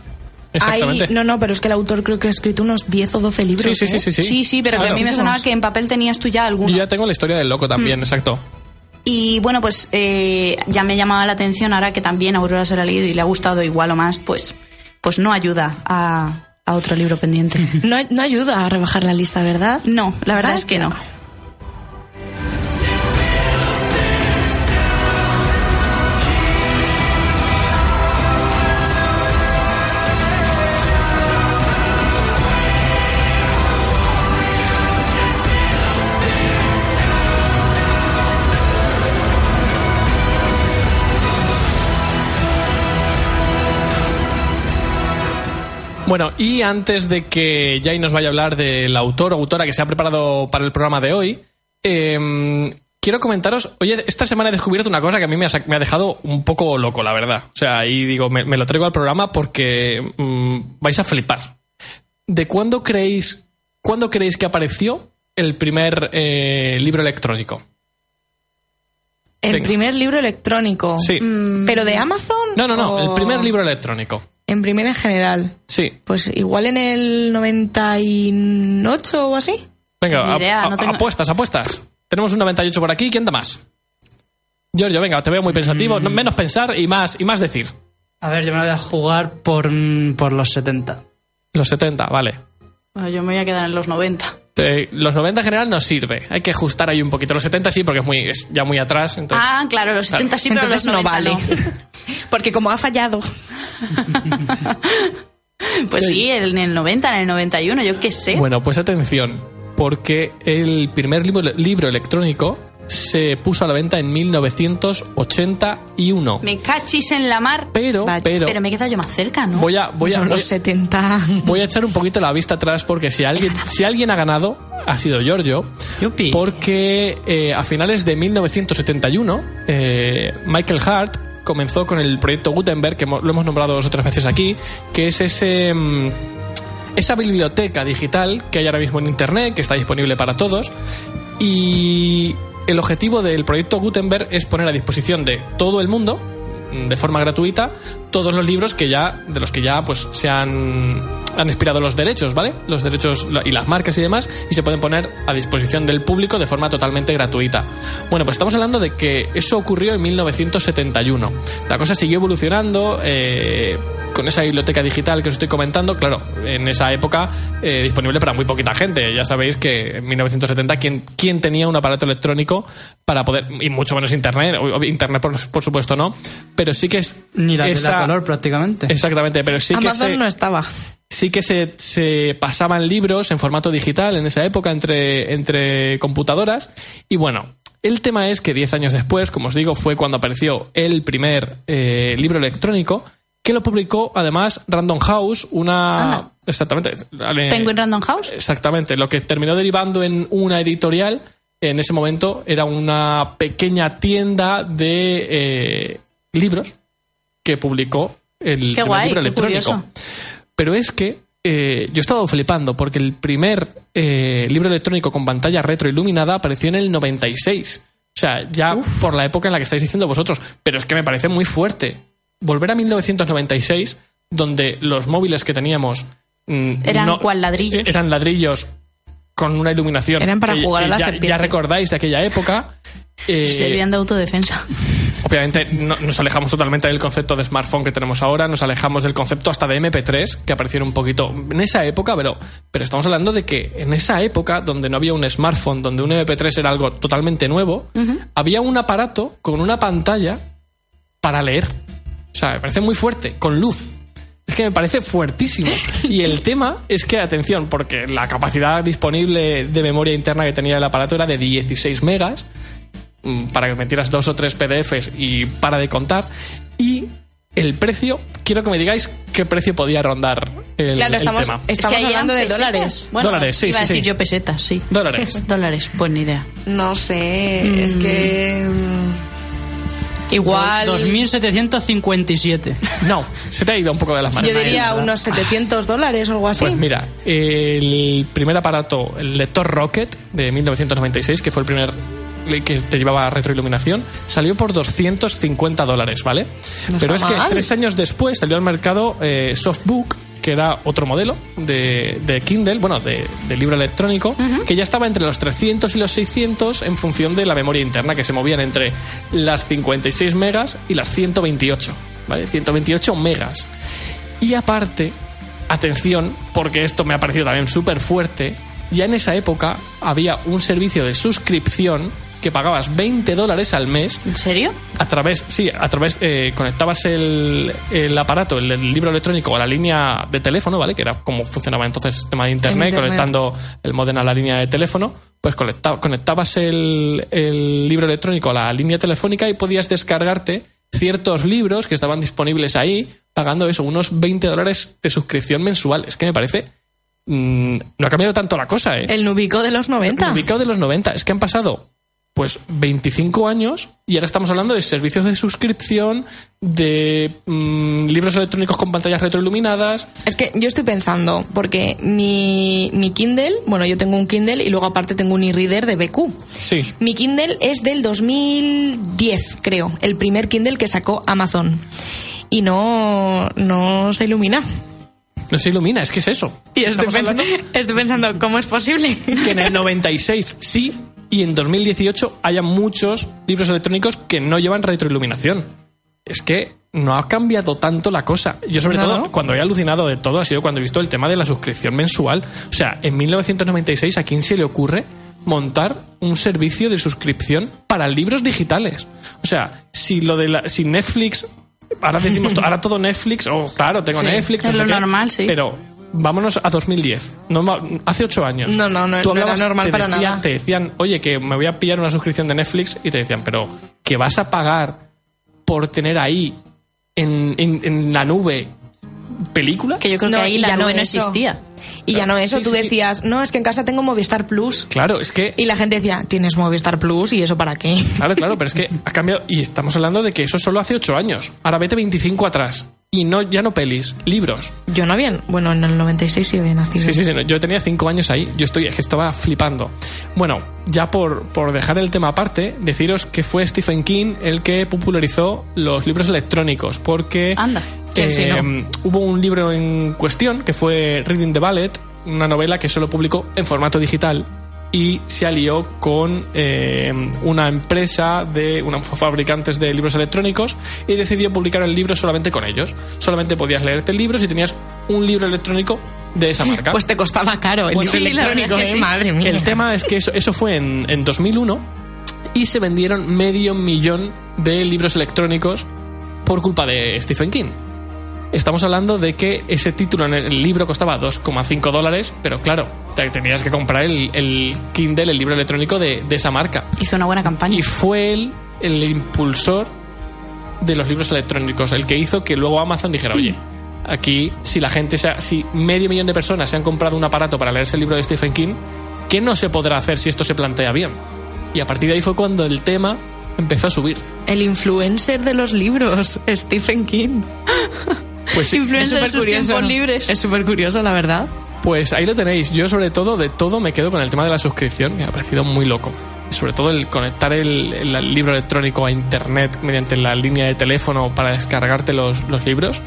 Speaker 3: Exactamente.
Speaker 4: Hay- no, no, pero es que el autor creo que ha escrito unos 10 o 12 libros.
Speaker 3: Sí, sí, sí,
Speaker 4: ¿eh?
Speaker 3: sí, sí.
Speaker 2: pero que
Speaker 3: Claro.
Speaker 2: a mí me sonaba que en papel tenías tú ya alguno.
Speaker 3: Yo ya tengo la historia del loco también, exacto.
Speaker 2: Y bueno, pues eh, ya me llamaba la atención ahora que también Aurora se la ha leído y le ha gustado igual o más, pues, pues no ayuda a, a otro libro pendiente.
Speaker 4: No, no ayuda a rebajar la lista, ¿verdad?
Speaker 2: No, la
Speaker 3: Ah,
Speaker 2: verdad es que no.
Speaker 3: Bueno, y antes de que Jay nos vaya a hablar del autor o autora que se ha preparado para el programa de hoy, eh, quiero comentaros, oye, esta semana he descubierto una cosa que a mí me ha, sa- me ha dejado un poco loco, la verdad. O sea, y digo, me, me lo traigo al programa porque mm, vais a flipar. ¿De cuándo creéis, cuándo creéis que apareció el primer eh, libro electrónico?
Speaker 4: El
Speaker 3: Venga.
Speaker 4: primer libro electrónico.
Speaker 3: Sí.
Speaker 4: ¿Pero de Amazon?
Speaker 3: No, no, no,
Speaker 4: o
Speaker 3: el primer libro electrónico.
Speaker 4: En primer en general.
Speaker 3: Sí.
Speaker 4: Pues igual en el 98 o así.
Speaker 3: Venga,
Speaker 2: Ni
Speaker 3: a-
Speaker 2: idea,
Speaker 3: a-
Speaker 2: no tengo-
Speaker 3: apuestas, apuestas. Tenemos un 98 por aquí, ¿quién da más? Giorgio, venga, te veo muy pensativo,
Speaker 2: Mm.
Speaker 3: no- menos pensar y más y más decir.
Speaker 5: A ver, yo me voy a jugar por, mm, por los 70.
Speaker 3: Los 70, vale.
Speaker 2: yo me voy a quedar en los 90.
Speaker 3: Te- los 90 en general nos sirve. Hay que ajustar ahí un poquito. Los 70 sí, porque es muy es ya muy atrás, entonces
Speaker 2: ah, claro, los 70 sí, pero
Speaker 4: Entonces
Speaker 2: los
Speaker 4: no
Speaker 2: 90
Speaker 4: vale. Porque como ha fallado.
Speaker 2: no. Pues sí, en el 90, en el 91, yo qué sé.
Speaker 3: Bueno, pues atención, porque el primer libro, libro electrónico se puso a la venta en 1981.
Speaker 2: Me cachis en la mar.
Speaker 3: Pero,
Speaker 2: Vaya,
Speaker 3: pero-
Speaker 2: pero me he quedado yo más cerca, ¿no?
Speaker 3: Voy a voy a,
Speaker 4: No,
Speaker 3: voy
Speaker 4: los
Speaker 3: a-
Speaker 4: 70.
Speaker 3: voy a echar un poquito la vista atrás porque si alguien, si alguien ha ganado, ha sido Giorgio.
Speaker 5: Yupi.
Speaker 3: Porque eh, a finales de 1971, eh, Michael Hart comenzó con el proyecto Gutenberg, que hemos- lo hemos nombrado dos o tres veces aquí, que es ese. mm, esa biblioteca digital que hay ahora mismo en Internet, que está disponible para todos, y el objetivo del proyecto Gutenberg es poner a disposición de todo el mundo, mm, de forma gratuita, todos los libros que ya, de los que ya pues, se han, han expirado los derechos, ¿vale? Los derechos la- y las marcas y demás, y se pueden poner a disposición del público de forma totalmente gratuita. Bueno, pues estamos hablando de que eso ocurrió en 1971. La cosa siguió evolucionando. eh, con esa biblioteca digital que os estoy comentando, claro, en esa época eh, disponible para muy poquita gente. Ya sabéis que en 1970 quién, quién tenía un aparato electrónico para poder, y mucho menos internet, o- o internet por, por supuesto no, pero sí que es...
Speaker 5: Ni la de
Speaker 3: esa-
Speaker 5: la color prácticamente.
Speaker 3: Exactamente, pero sí que...
Speaker 4: Amazon
Speaker 3: se-
Speaker 4: no estaba.
Speaker 3: sí que se, se pasaban libros en formato digital en esa época entre, entre computadoras. Y bueno, el tema es que 10 años después, como os digo, fue cuando apareció el primer eh, libro electrónico que lo publicó además Random House, una...
Speaker 2: Anda.
Speaker 3: Exactamente. eh,
Speaker 2: Penguin Random House.
Speaker 3: Exactamente, lo que terminó derivando en una editorial en ese momento era una pequeña tienda de eh, libros que publicó el
Speaker 2: Qué
Speaker 3: primer
Speaker 2: guay,
Speaker 3: libro
Speaker 2: qué
Speaker 3: electrónico.
Speaker 2: curioso.
Speaker 3: Pero es que eh, yo he estado flipando porque el primer eh, libro electrónico con pantalla retroiluminada apareció en el 96. O sea, ya por la época en la que estáis diciendo vosotros. Pero es que me parece muy fuerte. Volver a 1996, donde los móviles que teníamos... mm,
Speaker 2: Eran cual ladrillos.
Speaker 3: eh, Eran ladrillos con una iluminación.
Speaker 4: Eran para
Speaker 3: que
Speaker 4: jugar a
Speaker 3: ya-
Speaker 4: la
Speaker 3: ya,
Speaker 4: serpiente.
Speaker 3: Ya recordáis de aquella época. Eh,
Speaker 2: Servían de autodefensa.
Speaker 3: Obviamente no- nos alejamos totalmente del concepto de smartphone que tenemos ahora, nos alejamos del concepto hasta de MP3, que aparecieron un poquito en esa época, pero, pero estamos hablando de que en esa época, donde no había un smartphone, donde un MP3 era algo totalmente nuevo, había un aparato con una pantalla para leer. O sea, me parece muy fuerte, con luz. Es que me parece fuertísimo. Y el tema es que, atención, porque la capacidad disponible de memoria interna que tenía el aparato era de 16 megas, mm, para que metieras dos o tres PDFs y para de contar. Y el precio, quiero que me digáis qué precio podía rondar el,
Speaker 4: Claro,
Speaker 3: el
Speaker 4: estamos-
Speaker 3: tema.
Speaker 4: es- Estamos
Speaker 2: ahí eran
Speaker 4: hablando de
Speaker 2: pesetas.
Speaker 4: dólares.
Speaker 2: Bueno,
Speaker 3: Dólares, sí,
Speaker 6: Iba
Speaker 3: sí,
Speaker 6: a decir
Speaker 3: sí.
Speaker 6: yo pesetas, sí.
Speaker 3: Dólares.
Speaker 6: Dólares, buena idea.
Speaker 4: No sé, es que... mm, Igual...
Speaker 5: 2.757.
Speaker 3: No, se te ha ido un poco de las manos.
Speaker 4: Yo diría unos 700 dólares o algo así.
Speaker 3: Pues mira, el primer aparato, el lector Rocket de 1996, que fue el primer que te llevaba retroiluminación, salió por 250 dólares, ¿vale?
Speaker 4: No
Speaker 3: Pero es
Speaker 4: está
Speaker 3: que
Speaker 4: mal.
Speaker 3: tres años después salió al mercado eh, Softbook, que era otro modelo de, de Kindle, bueno, de, de libro electrónico, que ya estaba entre los 300 y los 600 en función de la memoria interna, que se movían entre las 56 megas y las 128, ¿vale? 128 megas. Y aparte, atención, porque esto me ha parecido también súper fuerte, ya en esa época había un servicio de suscripción que pagabas 20 dólares al mes
Speaker 6: ¿En serio?
Speaker 3: a través, sí, a través, eh, conectabas el, el aparato, el, el libro electrónico a la línea de teléfono, ¿vale? Que era como funcionaba entonces el tema de internet,
Speaker 4: internet.
Speaker 3: conectando el modem a la línea de teléfono. Pues conecta- conectabas el, el libro electrónico a la línea telefónica y podías descargarte ciertos libros que estaban disponibles ahí, pagando eso, unos 20 dólares de suscripción mensual. Es que me parece. mm, no ha cambiado tanto la cosa, ¿eh?
Speaker 4: El Nubico de los 90.
Speaker 3: Ubicado de los 90. Es que han pasado pues 25 años y ahora estamos hablando de servicios de suscripción, de mm, libros electrónicos con pantallas retroiluminadas.
Speaker 4: Es que yo estoy pensando, porque mi, mi Kindle, bueno, yo tengo un Kindle y luego aparte tengo un e-reader de BQ.
Speaker 3: Sí.
Speaker 4: Mi Kindle es del 2010, creo, el primer Kindle que sacó Amazon. Y no, no se ilumina.
Speaker 3: No se ilumina, es que es eso.
Speaker 4: Y estoy,
Speaker 3: Estamos
Speaker 4: pensando,
Speaker 3: hablando
Speaker 4: estoy pensando, ¿cómo es posible?
Speaker 3: que en el 96 sí y en 2018 haya muchos libros electrónicos que no llevan retroiluminación. Es que no ha cambiado tanto la cosa. Yo sobre
Speaker 4: No,
Speaker 3: todo
Speaker 4: no.
Speaker 3: cuando he alucinado de todo ha sido cuando he visto el tema de la suscripción mensual. O sea, en 1996 a quién se le ocurre montar un servicio de suscripción para libros digitales. O sea, si lo de la, si Netflix ahora decimos to- ahora todo Netflix, oh claro, tengo
Speaker 6: Sí,
Speaker 3: Netflix,
Speaker 6: es
Speaker 3: no sé
Speaker 6: lo
Speaker 3: qué.
Speaker 6: normal, sí.
Speaker 3: Pero vámonos a 2010. No, ma- hace ocho años.
Speaker 4: No, no, no,
Speaker 3: Tú
Speaker 4: no era
Speaker 3: hablabas,
Speaker 4: normal
Speaker 3: te
Speaker 4: para
Speaker 3: decían-
Speaker 4: nada.
Speaker 3: Te decían, oye, que me voy a pillar una suscripción de Netflix y te decían, pero que vas a pagar por tener ahí en, en- en la nube películas.
Speaker 6: Que yo creo
Speaker 4: No,
Speaker 6: que ahí
Speaker 4: y
Speaker 6: la
Speaker 4: ya no
Speaker 6: nube no
Speaker 4: eso.
Speaker 6: existía.
Speaker 4: Y ya no eso,
Speaker 3: Sí,
Speaker 4: tú
Speaker 3: sí, sí.
Speaker 4: decías, no, es que en casa tengo Movistar Plus.
Speaker 3: Claro, es que
Speaker 4: Y la gente decía, ¿tienes Movistar Plus? ¿Y eso para qué?
Speaker 3: Claro, claro, pero es que ha cambiado. Y estamos hablando de que eso solo hace 8 años. Ahora vete 25 atrás. Y no, ya no pelis, libros.
Speaker 4: Yo no había, bueno, en el 96 sí había nacido.
Speaker 3: Sí, sí, sí. no, Yo tenía 5 años ahí. Yo estoy, es que estaba flipando. Bueno, ya por, por dejar el tema aparte, deciros que fue Stephen King el que popularizó los libros electrónicos. Porque.
Speaker 6: Anda, ¿quién si no?
Speaker 3: Eh, Hubo un libro en cuestión que fue Reading the Ballet, una novela que solo publicó en formato digital y se alió con eh, una empresa de unos fabricantes de libros electrónicos y decidió publicar el libro solamente con ellos. Solamente podías leerte el libro si tenías un libro electrónico de esa marca.
Speaker 4: Pues te costaba caro el
Speaker 3: Bueno,
Speaker 4: libro
Speaker 3: sí, la verdad
Speaker 4: electrónico,
Speaker 6: es que
Speaker 4: ¿eh?
Speaker 6: sí.
Speaker 4: madre mía.
Speaker 3: el tema es que eso, eso fue en, en 2001 y se vendieron medio millón de libros electrónicos por culpa de Stephen King. Estamos hablando de que ese título en el libro costaba 2,5 dólares, pero claro, te tenías que comprar el, el Kindle, el libro electrónico de, de esa marca.
Speaker 6: Hizo una buena campaña.
Speaker 3: Y fue él el impulsor de los libros electrónicos, el que hizo que luego Amazon dijera, oye, aquí si la gente, se ha- si medio millón de personas se han comprado un aparato para leerse el libro de Stephen King, ¿qué no se podrá hacer si esto se plantea bien? Y a partir de ahí fue cuando el tema empezó a subir.
Speaker 4: El influencer de los libros, Stephen King.
Speaker 3: Pues sí,
Speaker 4: Influencer
Speaker 6: en sus tiempos
Speaker 4: libres. Es súper curioso, la verdad.
Speaker 3: Pues ahí lo tenéis. Yo sobre todo, de todo, me quedo con el tema de la suscripción, que me ha parecido muy loco. Sobre todo el conectar el, el libro electrónico a internet mediante la línea de teléfono para descargarte los, los libros.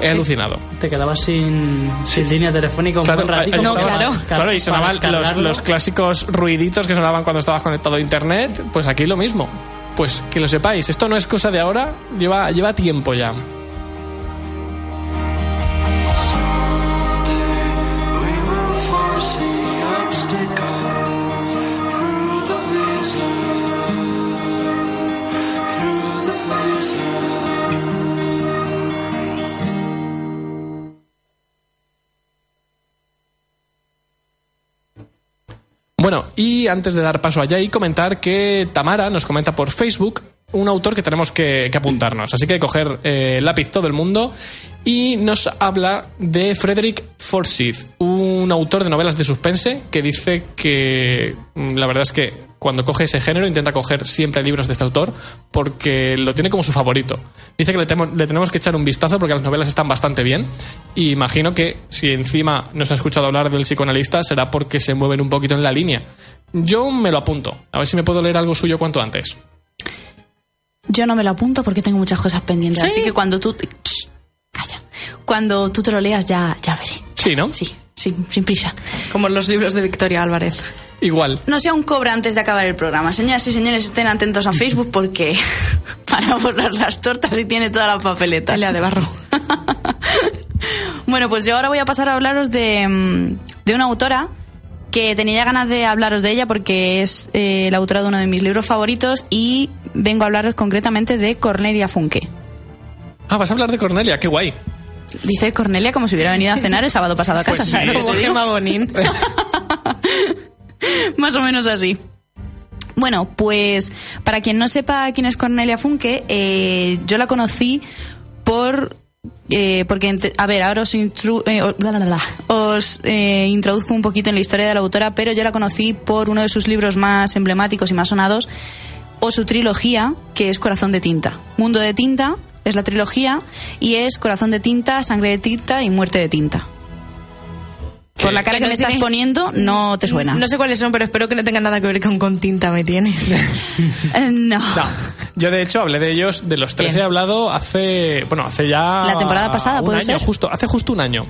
Speaker 3: He alucinado.
Speaker 5: Te quedabas sin, sin línea telefónica Pues
Speaker 3: Claro,
Speaker 5: un
Speaker 3: eh,
Speaker 5: buen ratito.
Speaker 3: ahí
Speaker 4: No,
Speaker 3: estabas-
Speaker 4: claro.
Speaker 3: Claro, y sonaban
Speaker 5: para
Speaker 3: los,
Speaker 5: descargarlo.
Speaker 3: los clásicos ruiditos que sonaban cuando estabas conectado a internet. Pues aquí lo mismo. Pues que lo sepáis, esto no es cosa de ahora, lleva, lleva tiempo ya.
Speaker 7: We were forcing obstacles through the blizzard, through the blizzard.
Speaker 3: Bueno, y antes de dar paso allá y comentar que Tamara nos comenta por Facebook un autor que tenemos que, que apuntarnos. Así que coger eh, lápiz todo el mundo. Y nos habla de Frederick Forsyth, un autor de novelas de suspense que dice que mm, la verdad es que cuando coge ese género intenta coger siempre libros de este autor porque lo tiene como su favorito. Dice que le, temo- le tenemos que echar un vistazo porque las novelas están bastante bien. Y imagino que si encima nos ha escuchado hablar del psicoanalista será porque se mueven un poquito en la línea. Yo me lo apunto, a ver si me puedo leer algo suyo cuanto antes.
Speaker 6: Yo no me lo apunto porque tengo muchas cosas pendientes.
Speaker 2: ¿Sí?
Speaker 6: Así que cuando tú. Shh, calla. Cuando tú te lo leas, ya, ya veré.
Speaker 3: Sí, ¿no?
Speaker 6: Sí, sin, sin prisa.
Speaker 4: Como los libros de Victoria Álvarez.
Speaker 3: Igual.
Speaker 2: No sea un cobra antes de acabar el programa. Señoras y señores, estén atentos a Facebook porque para borrar las tortas y tiene todas las papeletas.
Speaker 4: la de barro.
Speaker 2: Bueno, pues yo ahora voy a pasar a hablaros de, mm, de una autora que tenía ya ganas de hablaros de ella porque es eh, la autora de uno de mis libros favoritos y vengo a hablaros concretamente de Cornelia Funke.
Speaker 3: Ah, vas a hablar de Cornelia, qué guay.
Speaker 2: Dice Cornelia como si hubiera venido a cenar el sábado pasado a casa.
Speaker 3: Pues sí,
Speaker 2: ¿sabes?
Speaker 3: sí.
Speaker 4: Gemma Bonín.
Speaker 2: Más o menos así. Bueno, pues para quien no sepa quién es Cornelia Funke, eh, yo la conocí por... eh, porque, ente- a ver, ahora os, intru- eh, o- la, la, la, la. Os, eh, introduzco un poquito en la historia de la autora, pero yo la conocí por uno de sus libros más emblemáticos y más sonados, o su trilogía, que es Corazón de Tinta. Mundo de Tinta es la trilogía y es Corazón de Tinta, Sangre de Tinta y Muerte de Tinta. Por la cara que
Speaker 4: No
Speaker 2: me estás
Speaker 4: tiene-
Speaker 2: poniendo, no te suena.
Speaker 4: No sé cuáles son, pero espero que no tengan nada que ver con con tinta me tienes.
Speaker 2: Eh, No.
Speaker 3: No, yo de hecho hablé de ellos, de los tres
Speaker 2: Bien.
Speaker 3: he hablado hace, bueno, hace ya...
Speaker 2: La temporada pasada,
Speaker 3: un
Speaker 2: ¿puede
Speaker 3: año,
Speaker 2: ser?
Speaker 3: Justo, hace justo un año.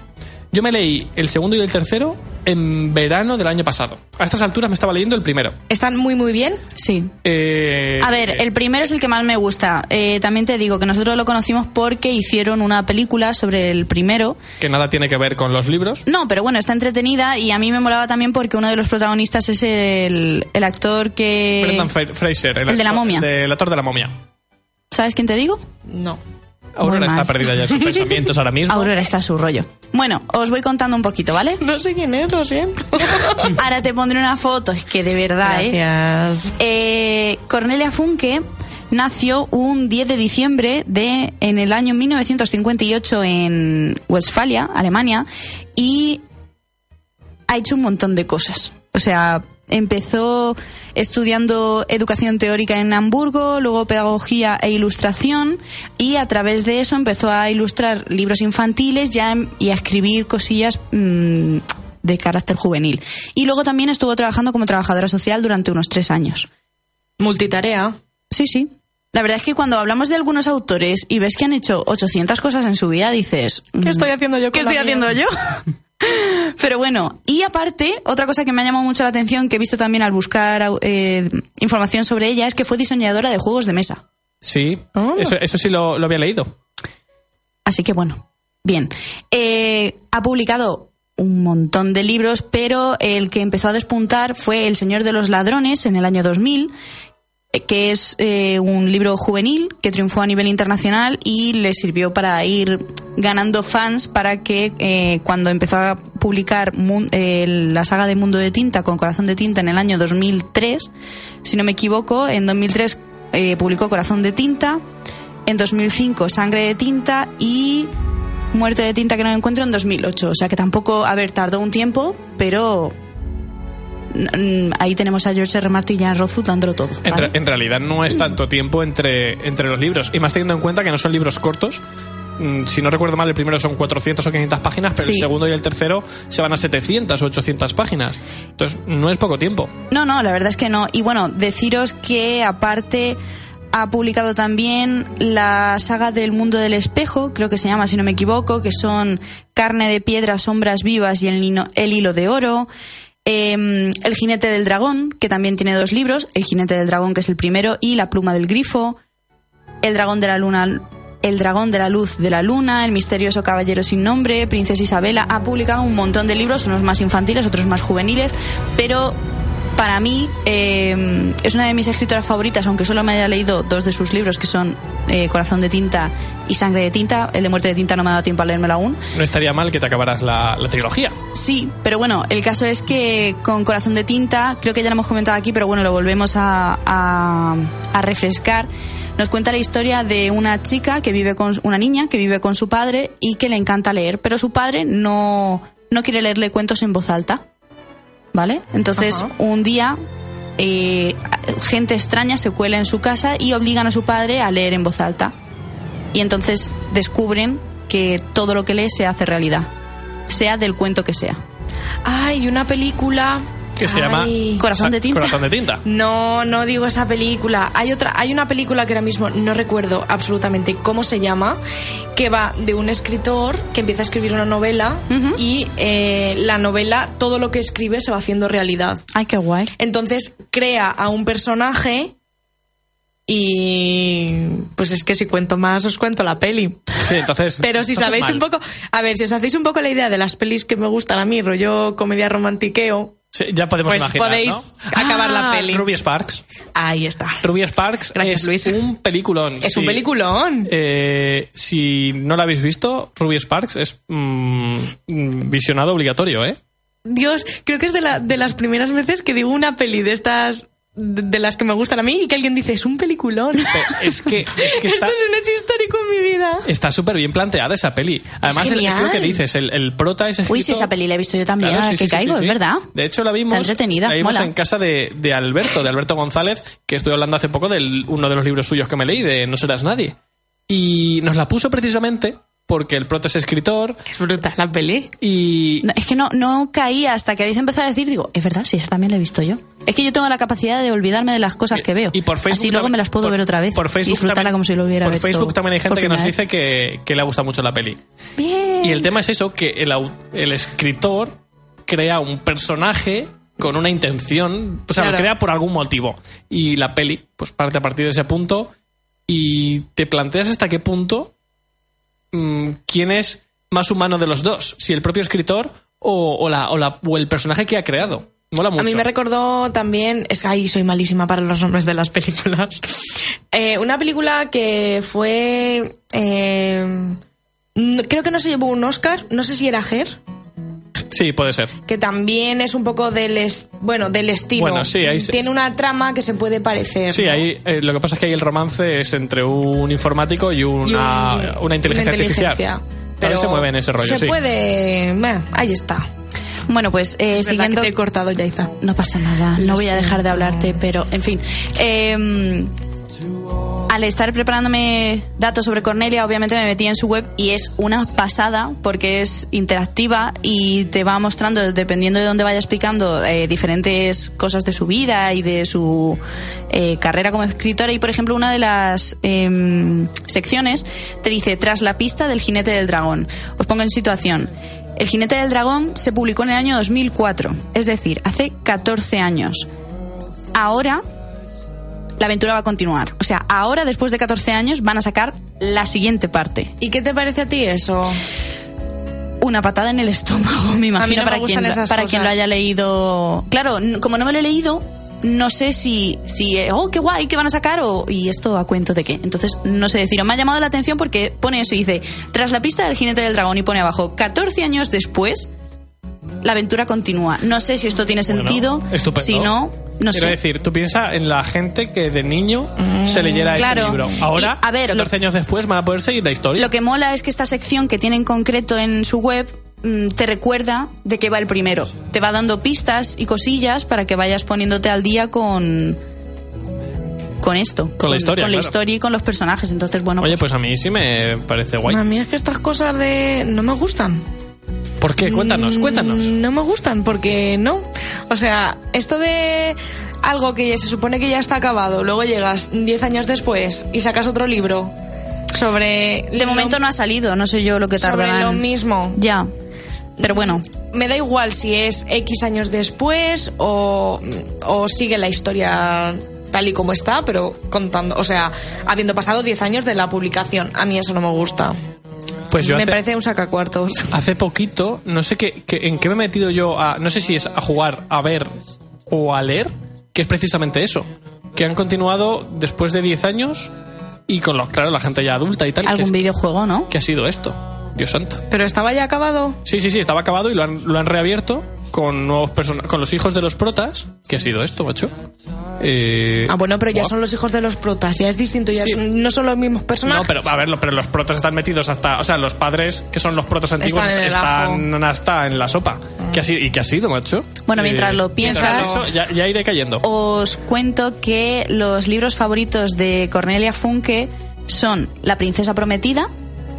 Speaker 3: Yo me leí el segundo y el tercero en verano del año pasado. A estas alturas me estaba leyendo el primero.
Speaker 4: Están muy, muy bien.
Speaker 2: Sí.
Speaker 3: Eh,
Speaker 2: A ver, el primero es el que más me gusta. Eh, también te digo que nosotros lo conocimos porque hicieron una película sobre el primero.
Speaker 3: Que nada tiene que ver con los libros.
Speaker 2: No, pero bueno, está entretenida y a mí me molaba también porque uno de los protagonistas es el, el actor que...
Speaker 3: Brendan Fra- Fraser,
Speaker 2: Eh, el de la
Speaker 3: actor-
Speaker 2: momia.
Speaker 3: del actor de la momia.
Speaker 2: ¿Sabes quién te digo?
Speaker 4: No.
Speaker 3: Aurora
Speaker 2: mal.
Speaker 3: está perdida ya en sus pensamientos ahora mismo.
Speaker 2: Aurora está a su rollo. Bueno, os voy contando un poquito, ¿vale?
Speaker 4: No sé quién es, lo siento.
Speaker 2: Ahora te pondré una foto, es que de verdad, ¿eh?
Speaker 4: Gracias.
Speaker 2: Eh, Cornelia Funke nació un 10 de diciembre de en el año 1958 en Westfalia, Alemania, y ha hecho un montón de cosas. O sea, empezó estudiando educación teórica en Hamburgo, luego pedagogía e ilustración, y a través de eso empezó a ilustrar libros infantiles ya em- y a escribir cosillas mm, de carácter juvenil. Y luego también estuvo trabajando como trabajadora social durante unos tres años.
Speaker 4: Multitarea.
Speaker 2: Sí, sí. La verdad es que cuando hablamos de algunos autores y ves que han hecho 800 cosas en su vida, dices... mm,
Speaker 4: ¿Qué estoy haciendo yo con
Speaker 2: ¿Qué
Speaker 4: la
Speaker 2: estoy
Speaker 4: mía?
Speaker 2: haciendo yo? Pero bueno, y aparte, otra cosa que me ha llamado mucho la atención, que he visto también al buscar au- eh, información sobre ella, es que fue diseñadora de juegos de mesa.
Speaker 3: Sí,
Speaker 2: Oh.
Speaker 4: Ah.
Speaker 3: eso, eso sí lo, lo había leído.
Speaker 2: Así que bueno, bien. Eh, ha publicado un montón de libros, pero el que empezó a despuntar fue El Señor de los Ladrones en el año 2000, eh, que es eh, un libro juvenil que triunfó a nivel internacional y le sirvió para ir ganando fans para que eh, cuando empezó a publicar Mun- eh, la saga de Mundo de Tinta con Corazón de Tinta en el año 2003, si no me equivoco, en 2003 eh, publicó Corazón de Tinta, en 2005 Sangre de Tinta y Muerte de Tinta que no encuentro en 2008. O sea que tampoco, a ver, tardó un tiempo, pero... mm, mm, Ahí tenemos a George R. R. Martin y a Rozu dándolo todo.
Speaker 3: En,
Speaker 2: ¿vale?
Speaker 3: re- en realidad no es tanto tiempo entre, entre los libros. Y más teniendo en cuenta que no son libros cortos. Mm, Si no recuerdo mal, el primero son 400 o 500 páginas, pero el
Speaker 2: Sí.
Speaker 3: segundo y el tercero se van a 700 o 800 páginas. Entonces, no es poco tiempo.
Speaker 2: No, no, la verdad es que no. Y bueno, deciros que aparte ha publicado también la saga del mundo del espejo, creo que se llama, si no me equivoco, que son Carne de piedra, sombras vivas y el, Nino- el hilo de oro. Em, el jinete del dragón, que también tiene dos libros, El jinete del dragón, que es el primero, y La pluma del grifo. El dragón de la luna, El dragón de la luz de la luna, El misterioso caballero sin nombre, Princesa Isabela, ha publicado un montón de libros, unos más infantiles, otros más juveniles, pero para mí eh, es una de mis escritoras favoritas, aunque solo me haya leído dos de sus libros, que son eh, Corazón de tinta y Sangre de tinta. El de Muerte de tinta no me ha dado tiempo a leérmelo aún.
Speaker 3: No estaría mal que te acabaras la, la trilogía.
Speaker 2: Sí, pero bueno, el caso es que con Corazón de Tinta, creo que ya lo hemos comentado aquí, pero bueno, lo volvemos a, a- a refrescar. Nos cuenta la historia de una chica que vive con una niña que vive con su padre y que le encanta leer, pero su padre no no quiere leerle cuentos en voz alta. ¿Vale? Entonces, un día eh, gente extraña se cuela en su casa y obligan a su padre a leer en voz alta. Y entonces descubren que todo lo que lee se hace realidad, sea del cuento que sea.
Speaker 4: Ay, una película.
Speaker 3: Que se llama
Speaker 4: Ay.
Speaker 2: Corazón
Speaker 3: Sa-
Speaker 2: de tinta.
Speaker 3: Corazón de tinta.
Speaker 4: No, no digo esa película. Hay otra, hay una película que ahora mismo no recuerdo absolutamente cómo se llama, que va de un escritor que empieza a escribir una novela
Speaker 2: Ujú.
Speaker 4: y eh, la novela, todo lo que escribe se va haciendo realidad.
Speaker 2: Ay, qué guay.
Speaker 4: Entonces crea a un personaje y pues es que si cuento más os cuento la peli.
Speaker 3: Sí, entonces.
Speaker 4: Pero si
Speaker 3: entonces
Speaker 4: sabéis
Speaker 3: mal.
Speaker 4: un poco, a ver, si os hacéis un poco la idea de las pelis que me gustan a mí, rollo comedia romantiqueo,
Speaker 3: Sí, ya podemos
Speaker 4: pues
Speaker 3: imaginar.
Speaker 4: podéis
Speaker 3: ¿no?
Speaker 4: acabar la
Speaker 3: Ah,
Speaker 4: peli.
Speaker 3: Ruby Sparks.
Speaker 4: Ahí está.
Speaker 3: Ruby Sparks
Speaker 4: Gracias,
Speaker 3: es
Speaker 4: Luis.
Speaker 3: un peliculón.
Speaker 4: Es un
Speaker 3: Sí.
Speaker 4: peliculón.
Speaker 3: Eh, si no la habéis visto, Ruby Sparks es mm, mm, visionado obligatorio, ¿eh?
Speaker 4: Dios, creo que es de, la- de las primeras veces que digo una peli de estas, de, de las que me gustan a mí, y que alguien dice, es un peliculón.
Speaker 3: Pe- Es que, es que está...
Speaker 4: Esto es un hecho histórico en mi vida.
Speaker 3: Está súper bien planteada esa peli. Además, el- es, lo
Speaker 8: genial.
Speaker 3: que dices, el, el prota es escrito...
Speaker 2: Uy, sí, esa peli la he visto yo también,
Speaker 3: Claro,
Speaker 2: ahora que
Speaker 3: sí, sí, sí,
Speaker 2: caigo,
Speaker 3: sí, sí.
Speaker 2: es verdad.
Speaker 3: De hecho, la vimos,
Speaker 2: Está entretenida,
Speaker 3: la vimos
Speaker 2: mola.
Speaker 3: en casa de, de Alberto, de Alberto González, que estuve hablando hace poco de uno de los libros suyos que me leí, de No serás nadie. Y nos la puso precisamente porque el prota es escritor
Speaker 8: Es brutal la peli.
Speaker 3: y...
Speaker 2: No, es que no, no caía hasta que habéis empezado a decir, digo, es verdad, sí, esa también la he visto yo. Es que yo tengo la capacidad de olvidarme de las cosas que veo.
Speaker 3: Y por Facebook
Speaker 2: Así luego
Speaker 3: también-
Speaker 2: me las puedo
Speaker 3: por-
Speaker 2: ver otra vez.
Speaker 3: Por Facebook
Speaker 2: disfrutarla
Speaker 3: también-
Speaker 2: como si lo hubiera
Speaker 3: Por
Speaker 2: visto
Speaker 3: Facebook también hay
Speaker 2: por
Speaker 3: gente que nos
Speaker 2: primera vez. Eh.
Speaker 3: dice que, que le gusta mucho la peli. Y el tema es eso, que el, au- el escritor crea un personaje con una intención, o sea, lo
Speaker 4: Claro.
Speaker 3: crea por algún motivo. Y la peli, pues parte a partir de ese punto y te planteas hasta qué punto mm, quién es más humano de los dos, si el propio escritor o, o la, o, la- o el personaje que ha creado. Mola mucho.
Speaker 4: A mí me recordó también, es que ahí soy malísima para los nombres de las películas. Eh, una película que fue, eh, no- creo que no se llevó un Oscar, no sé si era Her,
Speaker 3: sí, puede ser.
Speaker 4: que también es un poco del, es- bueno, del estilo.
Speaker 3: Bueno, sí, ahí se-
Speaker 4: Tiene una trama que se puede parecer.
Speaker 3: Sí,
Speaker 4: ¿no?
Speaker 3: ahí, eh, lo que pasa es que ahí el romance es entre un informático y una,
Speaker 4: Y un-
Speaker 3: una inteligencia artificial. Pero se mueve en ese rollo,
Speaker 4: se
Speaker 3: sí.
Speaker 4: puede... meh, ahí está.
Speaker 2: Bueno, pues eh,
Speaker 4: Es verdad que
Speaker 2: siguiendo.
Speaker 4: te he cortado, Yaiza.
Speaker 2: No pasa nada,
Speaker 4: Lo
Speaker 2: no voy a dejar
Speaker 4: siento.
Speaker 2: de hablarte, pero en fin. Eh, al estar preparándome datos sobre Cornelia, obviamente me metí en su web y es una pasada porque es interactiva y te va mostrando, dependiendo de dónde vayas picando, eh, diferentes cosas de su vida y de su eh, carrera como escritora. Y, por ejemplo, una de las em, secciones te dice, tras la pista del jinete del dragón. Os pongo en situación. El jinete del dragón se publicó en el año 2004, es decir, hace 14 años. Ahora la aventura va a continuar. O sea, ahora, después de 14 años, van a sacar la siguiente parte.
Speaker 4: ¿Y qué te parece a ti eso?
Speaker 2: Una patada en el estómago, me imagino,
Speaker 4: A mí no me
Speaker 2: para,
Speaker 4: gustan
Speaker 2: quien,
Speaker 4: esas
Speaker 2: para quien lo
Speaker 4: cosas.
Speaker 2: haya leído. Claro, n- como no me lo he leído, no sé si, si eh, oh, qué guay, que van a sacar, o, y esto a cuento de qué. Entonces, no sé deciros. Me ha llamado la atención porque pone eso y dice, tras la pista del jinete del dragón, y pone abajo, 14 años después, la aventura continúa. No sé si esto tiene sentido,
Speaker 3: Bueno, estupendo.
Speaker 2: si no, no sé.
Speaker 3: Quiero
Speaker 2: Mm,
Speaker 3: decir, tú piensas en la gente que de niño se leyera
Speaker 2: claro.
Speaker 3: ese libro. Ahora,
Speaker 2: Y, a ver, lo-
Speaker 3: 14 años después, van a poder seguir la historia.
Speaker 2: Lo que mola es que esta sección que tiene en concreto en su web mm, te recuerda de qué va el primero. Te va dando pistas y cosillas para que vayas poniéndote al día con con esto, con,
Speaker 3: la historia,
Speaker 2: con la
Speaker 3: claro.
Speaker 2: historia y con los personajes. Entonces, bueno,
Speaker 3: Oye, pues a mí sí me parece guay.
Speaker 2: Ah.
Speaker 4: A mí es que estas cosas de... no me gustan.
Speaker 3: ¿Por qué? Eh, Cuéntanos,
Speaker 4: Mm,
Speaker 3: cuéntanos.
Speaker 4: No me gustan porque no. O sea, esto de algo que ya se supone que ya está acabado, luego llegas 10 años después y sacas otro libro sobre...
Speaker 3: pues,
Speaker 2: de momento no ha salido, no sé yo lo que
Speaker 4: Sobre
Speaker 2: tardarán.
Speaker 4: lo mismo.
Speaker 2: Ya. Pero bueno,
Speaker 4: Me da igual si es X años después o, o sigue la historia tal y como está, pero contando, o sea, habiendo pasado 10 años de la publicación. A mí eso no me gusta.
Speaker 3: Pues yo
Speaker 4: me
Speaker 3: hace,
Speaker 4: parece un sacacuartos.
Speaker 3: hace poquito, no sé qué, qué- en qué me he metido yo a. No sé si es a jugar, a ver o a leer, que es precisamente eso. Que han continuado después de 10 años y con los, claro, la gente ya adulta y tal. que
Speaker 2: algún
Speaker 3: es-
Speaker 2: videojuego, ¿no?
Speaker 3: ¿Qué ha sido esto? Dios santo.
Speaker 4: Pero estaba ya acabado.
Speaker 3: Sí, sí, sí, estaba acabado y lo han, lo han reabierto con nuevos person- con los hijos de los protas. ¿Qué ha sido esto, macho? eh,
Speaker 9: Ah, bueno, pero ya
Speaker 3: buah.
Speaker 9: son los hijos de los protas, ya es distinto, ya
Speaker 3: Sí.
Speaker 9: son- no son los mismos personajes.
Speaker 3: No, pero a ver, lo- pero los protas están metidos hasta, o sea, los padres que son los protas antiguos
Speaker 9: Están en el
Speaker 3: están hasta en la sopa. ¿Qué ha sido, ¿Y qué ha sido, macho? Eh,
Speaker 2: Bueno, mientras lo
Speaker 3: mientras
Speaker 2: piensas- Oh.
Speaker 3: eso, ya, ya iré cayendo.
Speaker 2: Os cuento que los libros favoritos de Cornelia Funke son La princesa prometida.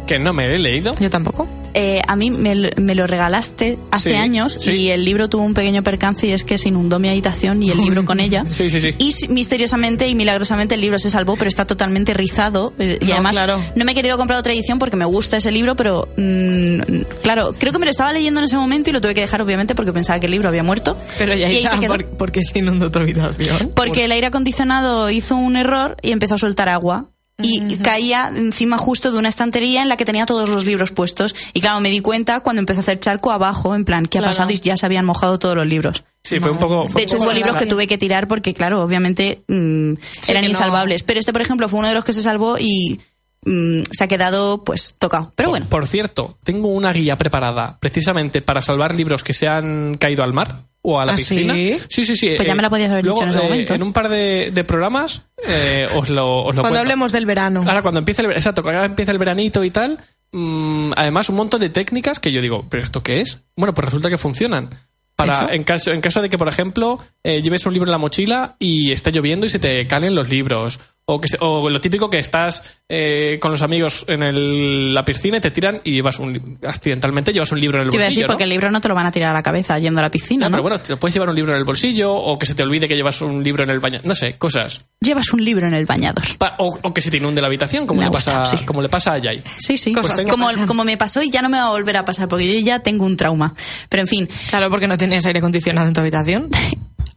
Speaker 3: Que no me he leído.
Speaker 9: Yo tampoco.
Speaker 2: Eh, a mí me, lo- me lo regalaste hace
Speaker 3: Sí,
Speaker 2: años
Speaker 3: sí.
Speaker 2: y el libro tuvo un pequeño percance y es que se inundó mi habitación y el libro con ella.
Speaker 3: Sí, sí, sí.
Speaker 2: Y s- misteriosamente y milagrosamente el libro se salvó, pero está totalmente rizado. eh, Y
Speaker 9: No,
Speaker 2: además
Speaker 9: claro.
Speaker 2: no me he querido comprar otra edición porque me gusta ese libro, pero mm, claro, creo que me lo estaba leyendo en ese momento y lo tuve que dejar obviamente porque pensaba que el libro había muerto.
Speaker 9: Pero ya
Speaker 2: y ahí
Speaker 9: está,
Speaker 2: se quedó.
Speaker 9: ¿por, ¿por qué se inundó tu habitación?
Speaker 2: Porque el aire acondicionado hizo un error y empezó a soltar agua. Y caía encima justo de una estantería en la que tenía todos los libros puestos. Y claro, me di cuenta cuando empezó a hacer charco abajo, en plan, ¿qué ha
Speaker 9: Claro.
Speaker 2: pasado? Y ya se habían mojado todos los libros.
Speaker 3: Sí, fue un poco. fue
Speaker 2: De
Speaker 3: un
Speaker 2: hecho,
Speaker 3: poco-
Speaker 2: hubo libros que tuve que tirar porque, claro, obviamente mm,
Speaker 9: Sí,
Speaker 2: eran
Speaker 9: que no.
Speaker 2: insalvables. Pero este, por ejemplo, fue uno de los que se salvó y mm, se ha quedado, pues, tocado. Pero
Speaker 3: Por-
Speaker 2: bueno,
Speaker 3: Por cierto, tengo una guía preparada precisamente para salvar libros que se han caído al mar o a la
Speaker 9: ¿Ah,
Speaker 3: piscina.
Speaker 9: sí?
Speaker 3: Sí, sí, sí.
Speaker 2: Pues ya me la podías haber
Speaker 3: luego,
Speaker 2: dicho en ese
Speaker 3: eh,
Speaker 2: momento.
Speaker 3: En un par de, de programas eh, os lo, os
Speaker 9: Cuando
Speaker 3: lo cuento.
Speaker 9: hablemos del verano.
Speaker 3: Ahora, cuando empiece el, ver- exacto, cuando empieza el veranito y tal, mm, además un montón de técnicas que yo digo, ¿pero esto qué es? Bueno, pues resulta que funcionan. Para, en, caso, en caso de que, por ejemplo, eh, lleves un libro en la mochila y esté lloviendo y se te calen los libros. O, que se- o lo típico que estás eh, con los amigos en el- la piscina y te tiran y llevas un li- accidentalmente llevas un libro en el
Speaker 2: te iba a
Speaker 3: bolsillo.
Speaker 2: decir
Speaker 3: ¿no?
Speaker 2: porque el libro no te lo van a tirar a la cabeza yendo a la piscina,
Speaker 3: Ah,
Speaker 2: ¿no?
Speaker 3: Pero bueno, te puedes llevar un libro en el bolsillo o que se te olvide que llevas un libro en el baño. No sé, cosas.
Speaker 2: Llevas un libro en el bañador.
Speaker 3: Pa- o, o que se te inunde la habitación, como,
Speaker 2: Me
Speaker 3: le,
Speaker 2: gusta,
Speaker 3: pasa,
Speaker 2: sí.
Speaker 3: como le pasa a Jai.
Speaker 2: Sí, sí. Pues
Speaker 9: Cosas que
Speaker 2: como,
Speaker 9: pasan.
Speaker 2: como me pasó y ya no me va a volver a pasar porque yo ya tengo un trauma. Pero en fin,
Speaker 9: Claro, porque no tenías aire acondicionado en tu habitación.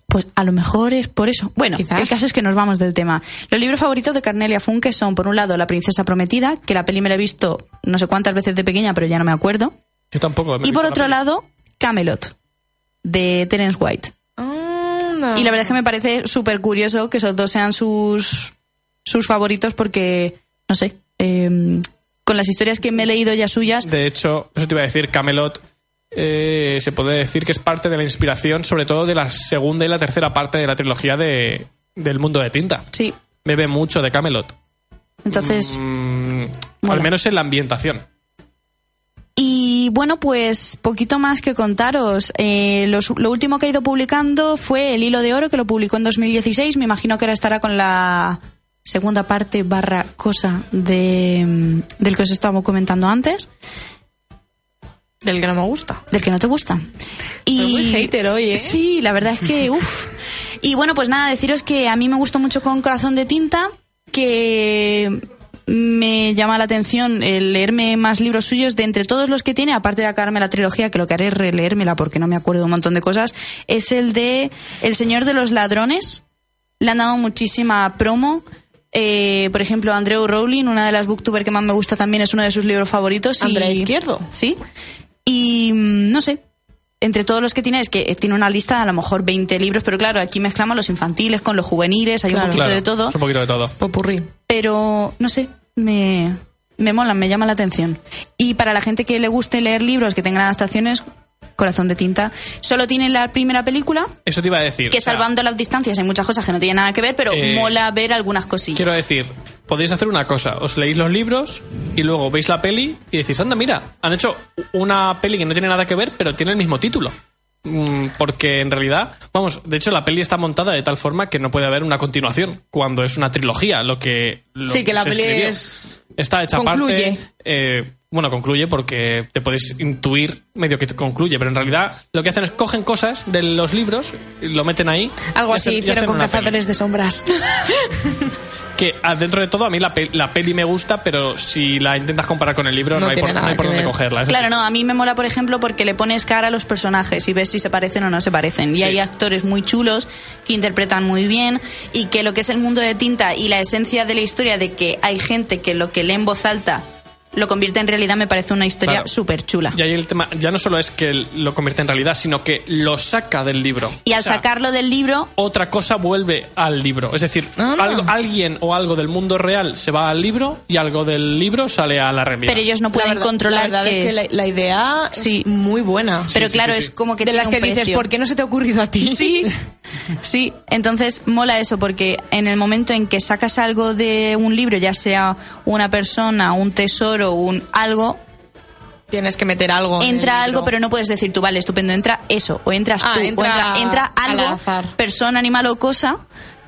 Speaker 2: pues a lo mejor es por eso. Bueno,
Speaker 9: Quizás.
Speaker 2: el caso es que nos vamos del tema. Los libros favoritos de Cornelia Funke son, por un lado, La princesa prometida, que la peli me la he visto no sé cuántas veces de pequeña, pero ya no me acuerdo.
Speaker 3: Yo tampoco. me
Speaker 2: Y
Speaker 3: he visto
Speaker 2: por
Speaker 3: la
Speaker 2: otro
Speaker 3: película.
Speaker 2: lado, Camelot, de Terence White. Y la verdad es que me parece súper curioso que esos dos sean sus, sus favoritos porque, no sé, eh, con las historias que me he leído ya suyas,
Speaker 3: De hecho, eso te iba a decir, Camelot eh, se puede decir que es parte de la inspiración, sobre todo de la segunda y la tercera parte de la trilogía de, del mundo de tinta.
Speaker 2: sí.
Speaker 3: Bebe mucho de Camelot.
Speaker 2: Entonces...
Speaker 3: Mm, al
Speaker 2: mola.
Speaker 3: menos en la ambientación.
Speaker 2: Y bueno, pues poquito más que contaros. Eh, los- lo, último que ha ido publicando fue El Hilo de Oro, que lo publicó en 2016. Me imagino que ahora estará con la segunda parte barra cosa de, mm, del que os estábamos comentando antes,
Speaker 9: Del que no me gusta.
Speaker 2: del que no te gusta. Y
Speaker 9: Pero muy hater hoy, ¿eh?
Speaker 2: Sí, la verdad es que, uff. Y bueno, pues nada, deciros que a mí me gustó mucho con Corazón de Tinta, que me llama la atención el leerme más libros suyos de entre todos los que tiene, aparte de acabarme la trilogía, que lo que haré es releérmela porque no me acuerdo un montón de cosas, es el de El Señor de los Ladrones. Le han dado muchísima promo. Eh, por ejemplo, Andrew Rowling, una de las booktuber que más me gusta también, es uno de sus libros favoritos. y-
Speaker 9: Andrea Izquierdo.
Speaker 2: Sí. Y mm, no sé. Entre todos los que tiene, es que tiene una lista de a lo mejor 20 libros, pero claro, aquí mezclamos los infantiles con los juveniles, hay
Speaker 9: Claro.
Speaker 2: un poquito de todo.
Speaker 3: es un poquito de todo.
Speaker 9: Popurrí.
Speaker 2: Pero no sé, me, me molan, me llama la atención. Y para la gente que le guste leer libros que tengan adaptaciones, Corazón de Tinta, solo tiene la primera película,
Speaker 3: Eso te iba a decir.
Speaker 2: que
Speaker 3: o sea,
Speaker 2: salvando las distancias hay muchas cosas que no tienen nada que ver, pero
Speaker 3: Eh,
Speaker 2: mola ver algunas cosillas.
Speaker 3: Quiero decir, podéis hacer una cosa, os leéis los libros y luego veis la peli y decís, anda, mira, han hecho una peli que no tiene nada que ver, pero tiene el mismo título. Mm, Porque en realidad, vamos, de hecho la peli está montada de tal forma que no puede haber una continuación cuando es una trilogía, lo que... lo
Speaker 9: Sí, que la
Speaker 3: se
Speaker 9: peli
Speaker 3: escribió.
Speaker 9: es-
Speaker 3: Está hecha
Speaker 9: concluye.
Speaker 3: parte... eh, bueno, concluye porque te puedes intuir medio que concluye, pero en realidad lo que hacen es cogen cosas de los libros, y lo meten ahí.
Speaker 9: Algo
Speaker 3: y
Speaker 9: así
Speaker 3: hacen- y
Speaker 9: hicieron
Speaker 3: hacen
Speaker 9: con
Speaker 3: una peli
Speaker 9: Cazadores de Sombras.
Speaker 2: Pues
Speaker 3: que ah, dentro de todo a mí la, pe- la peli me gusta, pero si la intentas comparar con el libro
Speaker 9: No
Speaker 3: no, hay,
Speaker 9: tiene
Speaker 3: por, no
Speaker 9: nada
Speaker 3: hay por
Speaker 9: que
Speaker 3: dónde
Speaker 9: ver.
Speaker 3: cogerla. eso
Speaker 2: Claro,
Speaker 3: sí.
Speaker 2: no, a mí me mola, por ejemplo, porque le pones cara a los personajes y ves si se parecen o no se parecen. Y
Speaker 3: Sí.
Speaker 2: hay actores muy chulos que interpretan muy bien y que lo que es el mundo de tinta y la esencia de la historia de que hay gente que lo que lee en voz alta lo convierte en realidad, me parece una historia
Speaker 3: Claro.
Speaker 2: súper chula.
Speaker 3: Y ahí el tema, ya no solo es que lo convierte en realidad, sino que lo saca del libro.
Speaker 2: Y al
Speaker 3: O sea,
Speaker 2: sacarlo del libro,
Speaker 3: otra cosa vuelve al libro. Es decir, algo- alguien o algo del mundo real se va al libro y algo del libro sale a la realidad.
Speaker 2: pero ellos no pueden
Speaker 4: verdad-
Speaker 2: controlar
Speaker 4: la verdad
Speaker 2: qué
Speaker 4: es que
Speaker 2: es.
Speaker 4: la, la idea
Speaker 2: Sí.
Speaker 4: es muy buena.
Speaker 2: Pero claro, es como que
Speaker 4: de
Speaker 2: tiene
Speaker 4: las que
Speaker 2: un
Speaker 4: dices,
Speaker 2: precio.
Speaker 4: ¿por qué no se te ha ocurrido a ti?
Speaker 2: Sí, sí. Entonces mola eso porque en el momento en que sacas algo de un libro, ya sea una persona, un tesoro, un algo,
Speaker 4: Tienes que meter algo. en el
Speaker 2: entra
Speaker 4: libro.
Speaker 2: algo, pero no puedes decir tú, vale, estupendo, entra eso, o entras
Speaker 4: Ah,
Speaker 2: tú, o
Speaker 4: entra
Speaker 2: entra, entra
Speaker 4: al
Speaker 2: algo,
Speaker 4: azar.
Speaker 2: persona, animal o cosa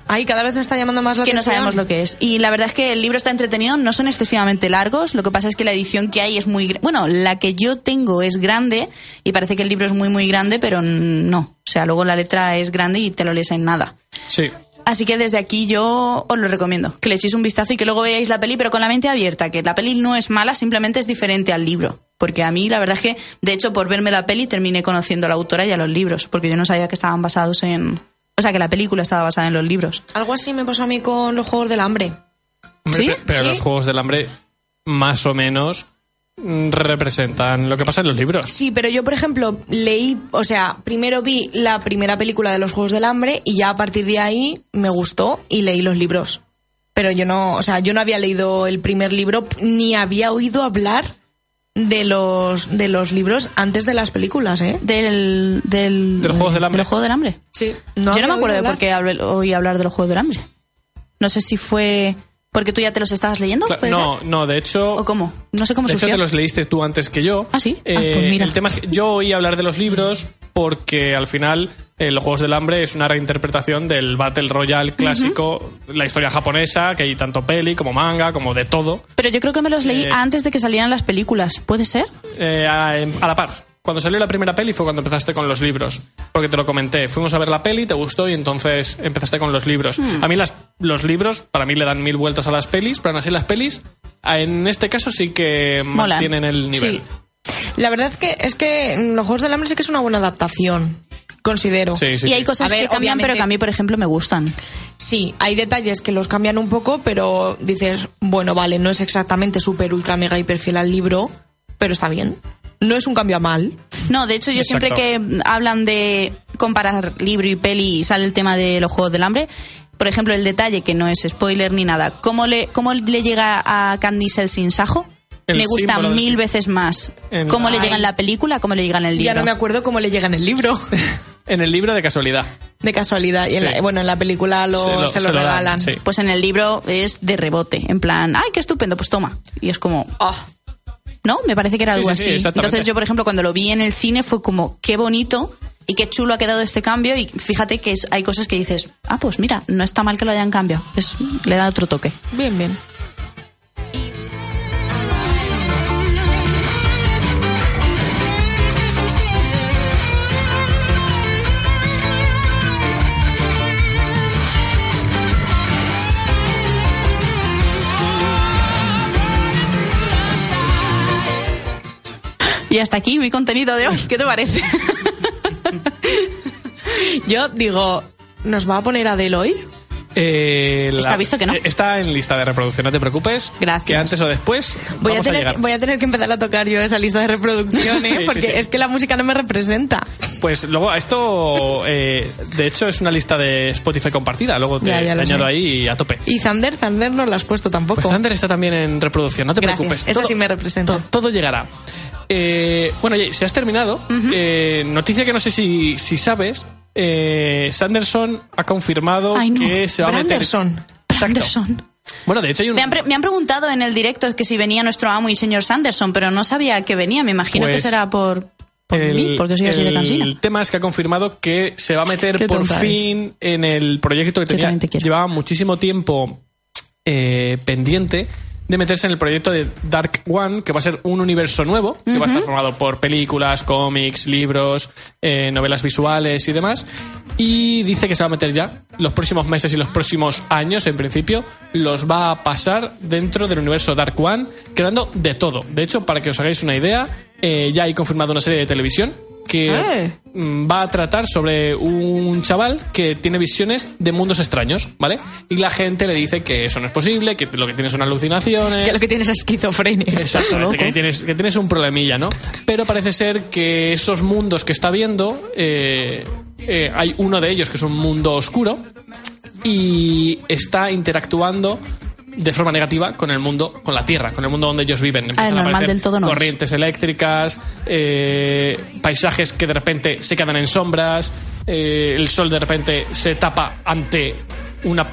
Speaker 4: Ay, cada vez me está llamando más la
Speaker 2: que no
Speaker 4: atención.
Speaker 2: sabemos lo que es. Y la verdad es que el libro está entretenido, no son excesivamente largos, lo que pasa es que la edición que hay es muy... gr- Bueno, la que yo tengo es grande y parece que el libro es muy, muy grande, pero no. O sea, luego la letra es grande y te lo lees en nada.
Speaker 3: Sí.
Speaker 2: Así que desde aquí yo os lo recomiendo, que le echéis un vistazo y que luego veáis la peli, pero con la mente abierta, que la peli no es mala, simplemente es diferente al libro. Porque a mí la verdad es que, de hecho, por verme la peli terminé conociendo a la autora y a los libros, porque yo no sabía que estaban basados en... O sea, que la película estaba basada en los libros.
Speaker 4: Algo así me pasó a mí con los Juegos del Hambre.
Speaker 3: Hombre,
Speaker 2: ¿Sí?
Speaker 3: pe- Pero
Speaker 2: ¿Sí?
Speaker 3: los juegos del hambre, más o menos, mm, representan lo que pasa en los libros.
Speaker 4: Sí, pero yo, por ejemplo, leí, o sea, primero vi la primera película de los Juegos del Hambre y ya a partir de ahí me gustó y leí los libros. Pero yo no, o sea, yo no había leído el primer libro p- ni había oído hablar de los de los libros antes de las películas, ¿eh?
Speaker 2: Del, del,
Speaker 3: ¿De los Juegos del Hambre?
Speaker 2: de los Juegos del Hambre.
Speaker 4: Sí.
Speaker 2: Yo no me acuerdo de por qué hablé- oí hablar de los Juegos del Hambre. No sé si fue porque tú ya te los estabas leyendo.
Speaker 3: Cla-
Speaker 2: ¿puede
Speaker 3: No,
Speaker 2: ser?
Speaker 3: no, de hecho.
Speaker 2: ¿O cómo? No sé cómo
Speaker 3: De hecho,
Speaker 2: surgió.
Speaker 3: te los leíste tú antes que yo. Eh,
Speaker 2: Ah, ¿sí? Ah, pues mira.
Speaker 3: El tema es que yo oí hablar de los libros porque al final eh, los Juegos del Hambre es una reinterpretación del Battle Royale clásico, la historia japonesa, que hay tanto peli como manga, como de todo,
Speaker 2: Pero yo creo que me los leí
Speaker 3: Eh.
Speaker 2: antes de que salieran las películas. ¿Puede ser?
Speaker 3: eh, a, a la par. Cuando salió la primera peli fue cuando empezaste con los libros, porque te lo comenté. Fuimos a ver la peli, te gustó y entonces empezaste con los libros.
Speaker 2: Hmm.
Speaker 3: A mí las, los libros, para mí le dan mil vueltas a las pelis, pero aún así las pelis, ah, en este caso sí que
Speaker 2: Molan.
Speaker 3: mantienen el nivel.
Speaker 2: Sí.
Speaker 4: La verdad es que es que mm, los Juegos del Hambre sí que es una buena adaptación, considero.
Speaker 3: Sí, sí,
Speaker 2: y
Speaker 3: sí.
Speaker 2: hay cosas
Speaker 4: A ver,
Speaker 2: que cambian,
Speaker 4: obviamente-
Speaker 2: pero que a mí, por ejemplo, me gustan.
Speaker 4: Sí, hay detalles que los cambian un poco, pero dices, bueno, vale, no es exactamente súper, ultra, mega, hiper fiel al libro, pero está bien. No es un cambio a mal.
Speaker 2: No, de hecho, yo
Speaker 3: Exacto.
Speaker 2: siempre que hablan de comparar libro y peli y sale el tema de los Juegos del Hambre, por ejemplo, el detalle, que no es spoiler ni nada, ¿cómo le, cómo le llega a Candice el sinsajo?
Speaker 3: El
Speaker 2: me gusta
Speaker 3: símbolo del
Speaker 2: mil
Speaker 3: sin-
Speaker 2: veces más.
Speaker 3: En-
Speaker 2: ¿Cómo le
Speaker 3: Ay.
Speaker 2: llega en la película? ¿Cómo le llega en el libro?
Speaker 4: Ya no me acuerdo cómo le llega en el libro,
Speaker 3: En el libro de casualidad.
Speaker 4: de casualidad. Y en
Speaker 3: Sí.
Speaker 4: la- bueno, en la película lo- se
Speaker 3: Se
Speaker 4: lo,
Speaker 3: lo- se lo dan,
Speaker 4: regalan.
Speaker 3: sí.
Speaker 2: Pues en el libro es de rebote, en plan, ¡ay, qué estupendo! Pues toma. Y es como,
Speaker 4: Ah,
Speaker 2: ¿no? Me parece que era
Speaker 3: Sí,
Speaker 2: algo
Speaker 3: sí, sí,
Speaker 2: así.
Speaker 3: exactamente.
Speaker 2: Entonces yo, por ejemplo, cuando lo vi en el cine fue como, qué bonito y qué chulo ha quedado este cambio y fíjate que es- hay cosas que dices, ah, pues mira, no está mal que lo hayan cambiado, es, le da otro toque.
Speaker 4: bien, bien.
Speaker 2: Y hasta aquí mi contenido de hoy, ¿qué te parece?
Speaker 4: Yo digo, ¿nos va a poner Adele hoy?
Speaker 3: Eh, la-
Speaker 2: Está visto que no.
Speaker 3: eh, Está en lista de reproducción, no te preocupes.
Speaker 2: Gracias.
Speaker 3: Que antes o después
Speaker 4: Voy a,
Speaker 3: vamos a,
Speaker 4: tener,
Speaker 3: llegar.
Speaker 4: voy a tener que empezar a tocar yo esa lista de reproducción, ¿eh?
Speaker 3: Sí, sí,
Speaker 4: porque
Speaker 3: sí.
Speaker 4: es que la música no me representa.
Speaker 3: Pues luego, esto, eh, de hecho, es una lista de Spotify compartida. Luego te,
Speaker 4: Ya, ya
Speaker 3: te
Speaker 4: lo
Speaker 3: añado
Speaker 4: sé.
Speaker 3: ahí a tope.
Speaker 4: Y Zander, Zander no la has puesto tampoco.
Speaker 3: Pues Thunder está también en reproducción, no te
Speaker 4: Gracias,
Speaker 3: preocupes.
Speaker 4: eso
Speaker 3: Todo-
Speaker 4: sí me representa.
Speaker 3: to- Todo llegará. Eh, bueno, Jay, si has terminado, eh, noticia que no sé si, si sabes. eh, Sanderson ha confirmado
Speaker 2: Ay, no.
Speaker 3: que se va a
Speaker 4: Branderson.
Speaker 3: meter... Exacto.
Speaker 2: Sanderson.
Speaker 3: Bueno, de hecho hay un...
Speaker 2: Me han, pre- me han preguntado en el directo que si venía nuestro amo y señor Sanderson, pero no sabía que venía, me imagino que
Speaker 3: Pues,
Speaker 2: será por, por mí, porque soy así de
Speaker 3: el
Speaker 2: cansina.
Speaker 3: tema es que ha confirmado que se va a meter
Speaker 4: Qué
Speaker 3: por
Speaker 4: tonta eres.
Speaker 3: fin en el proyecto que tenía.
Speaker 2: también te quiero.
Speaker 3: llevaba muchísimo tiempo eh, pendiente de meterse en el proyecto de Dark One, que va a ser un universo nuevo, que va a estar formado por películas, cómics, libros, eh, novelas visuales y demás. Y dice que se va a meter ya los próximos meses y los próximos años, en principio, los va a pasar dentro del universo Dark One, creando de todo. De hecho, para que os hagáis una idea, eh, ya hay confirmado una serie de televisión que
Speaker 4: Eh.
Speaker 3: mm, va a tratar sobre un chaval que tiene visiones de mundos extraños, ¿vale? Y la gente le dice que eso no es posible, que lo que tiene son alucinaciones.
Speaker 4: Que lo que tienes es esquizofrenia.
Speaker 3: Exactamente, que ahí tienes, que tienes un problemilla, ¿no? Pero parece ser que esos mundos que está viendo, eh, eh, hay uno de ellos que es un mundo oscuro y está interactuando de forma negativa con el mundo, con la Tierra, con el mundo donde ellos viven. Empiezan a
Speaker 2: Ah, normal
Speaker 3: aparecer
Speaker 2: del todo no es.
Speaker 3: Corrientes eléctricas, eh, paisajes que de repente se quedan en sombras, eh, el sol de repente se tapa ante una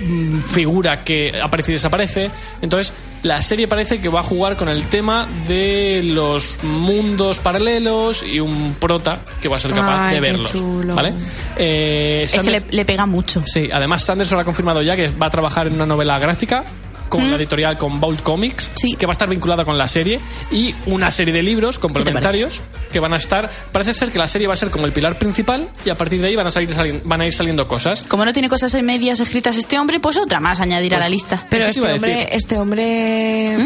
Speaker 3: mm, figura que aparece y desaparece. Entonces, la serie parece que va a jugar con el tema de los mundos paralelos y un prota que va a ser capaz
Speaker 4: Ay,
Speaker 3: de
Speaker 4: qué
Speaker 3: verlos.
Speaker 4: chulo.
Speaker 3: ¿Vale? Eh,
Speaker 2: Es que
Speaker 3: Sanders-
Speaker 2: le, le pega mucho.
Speaker 3: Sí, además Sanderson ha confirmado ya que va a trabajar en una novela gráfica
Speaker 4: Mm.
Speaker 3: con la editorial con Vault Comics,
Speaker 2: Sí.
Speaker 3: que va a estar vinculada con la serie, y una serie de libros complementarios que van a estar... Parece ser que la serie va a ser como el pilar principal y a partir de ahí van a, salir, sali- van a ir saliendo cosas.
Speaker 2: Como no tiene cosas en medias escritas este hombre, pues otra más a añadir a la lista.
Speaker 4: Pero
Speaker 3: Eso te
Speaker 4: este
Speaker 3: iba a decir.
Speaker 4: hombre, este hombre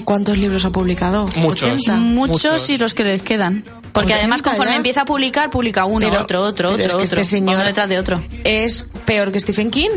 Speaker 4: mm, ¿cuántos libros ha publicado?
Speaker 3: Muchos.
Speaker 4: 80.
Speaker 2: Muchos,
Speaker 3: muchos.
Speaker 2: y los que les quedan. Porque
Speaker 4: Ochenta
Speaker 2: además conforme
Speaker 4: ya.
Speaker 2: empieza a publicar, publica uno,
Speaker 4: Pero-
Speaker 2: otro, otro,
Speaker 4: pero
Speaker 2: otro,
Speaker 4: es que
Speaker 2: otro.
Speaker 4: este señor-
Speaker 2: Uno detrás de otro.
Speaker 4: Es peor que Stephen King.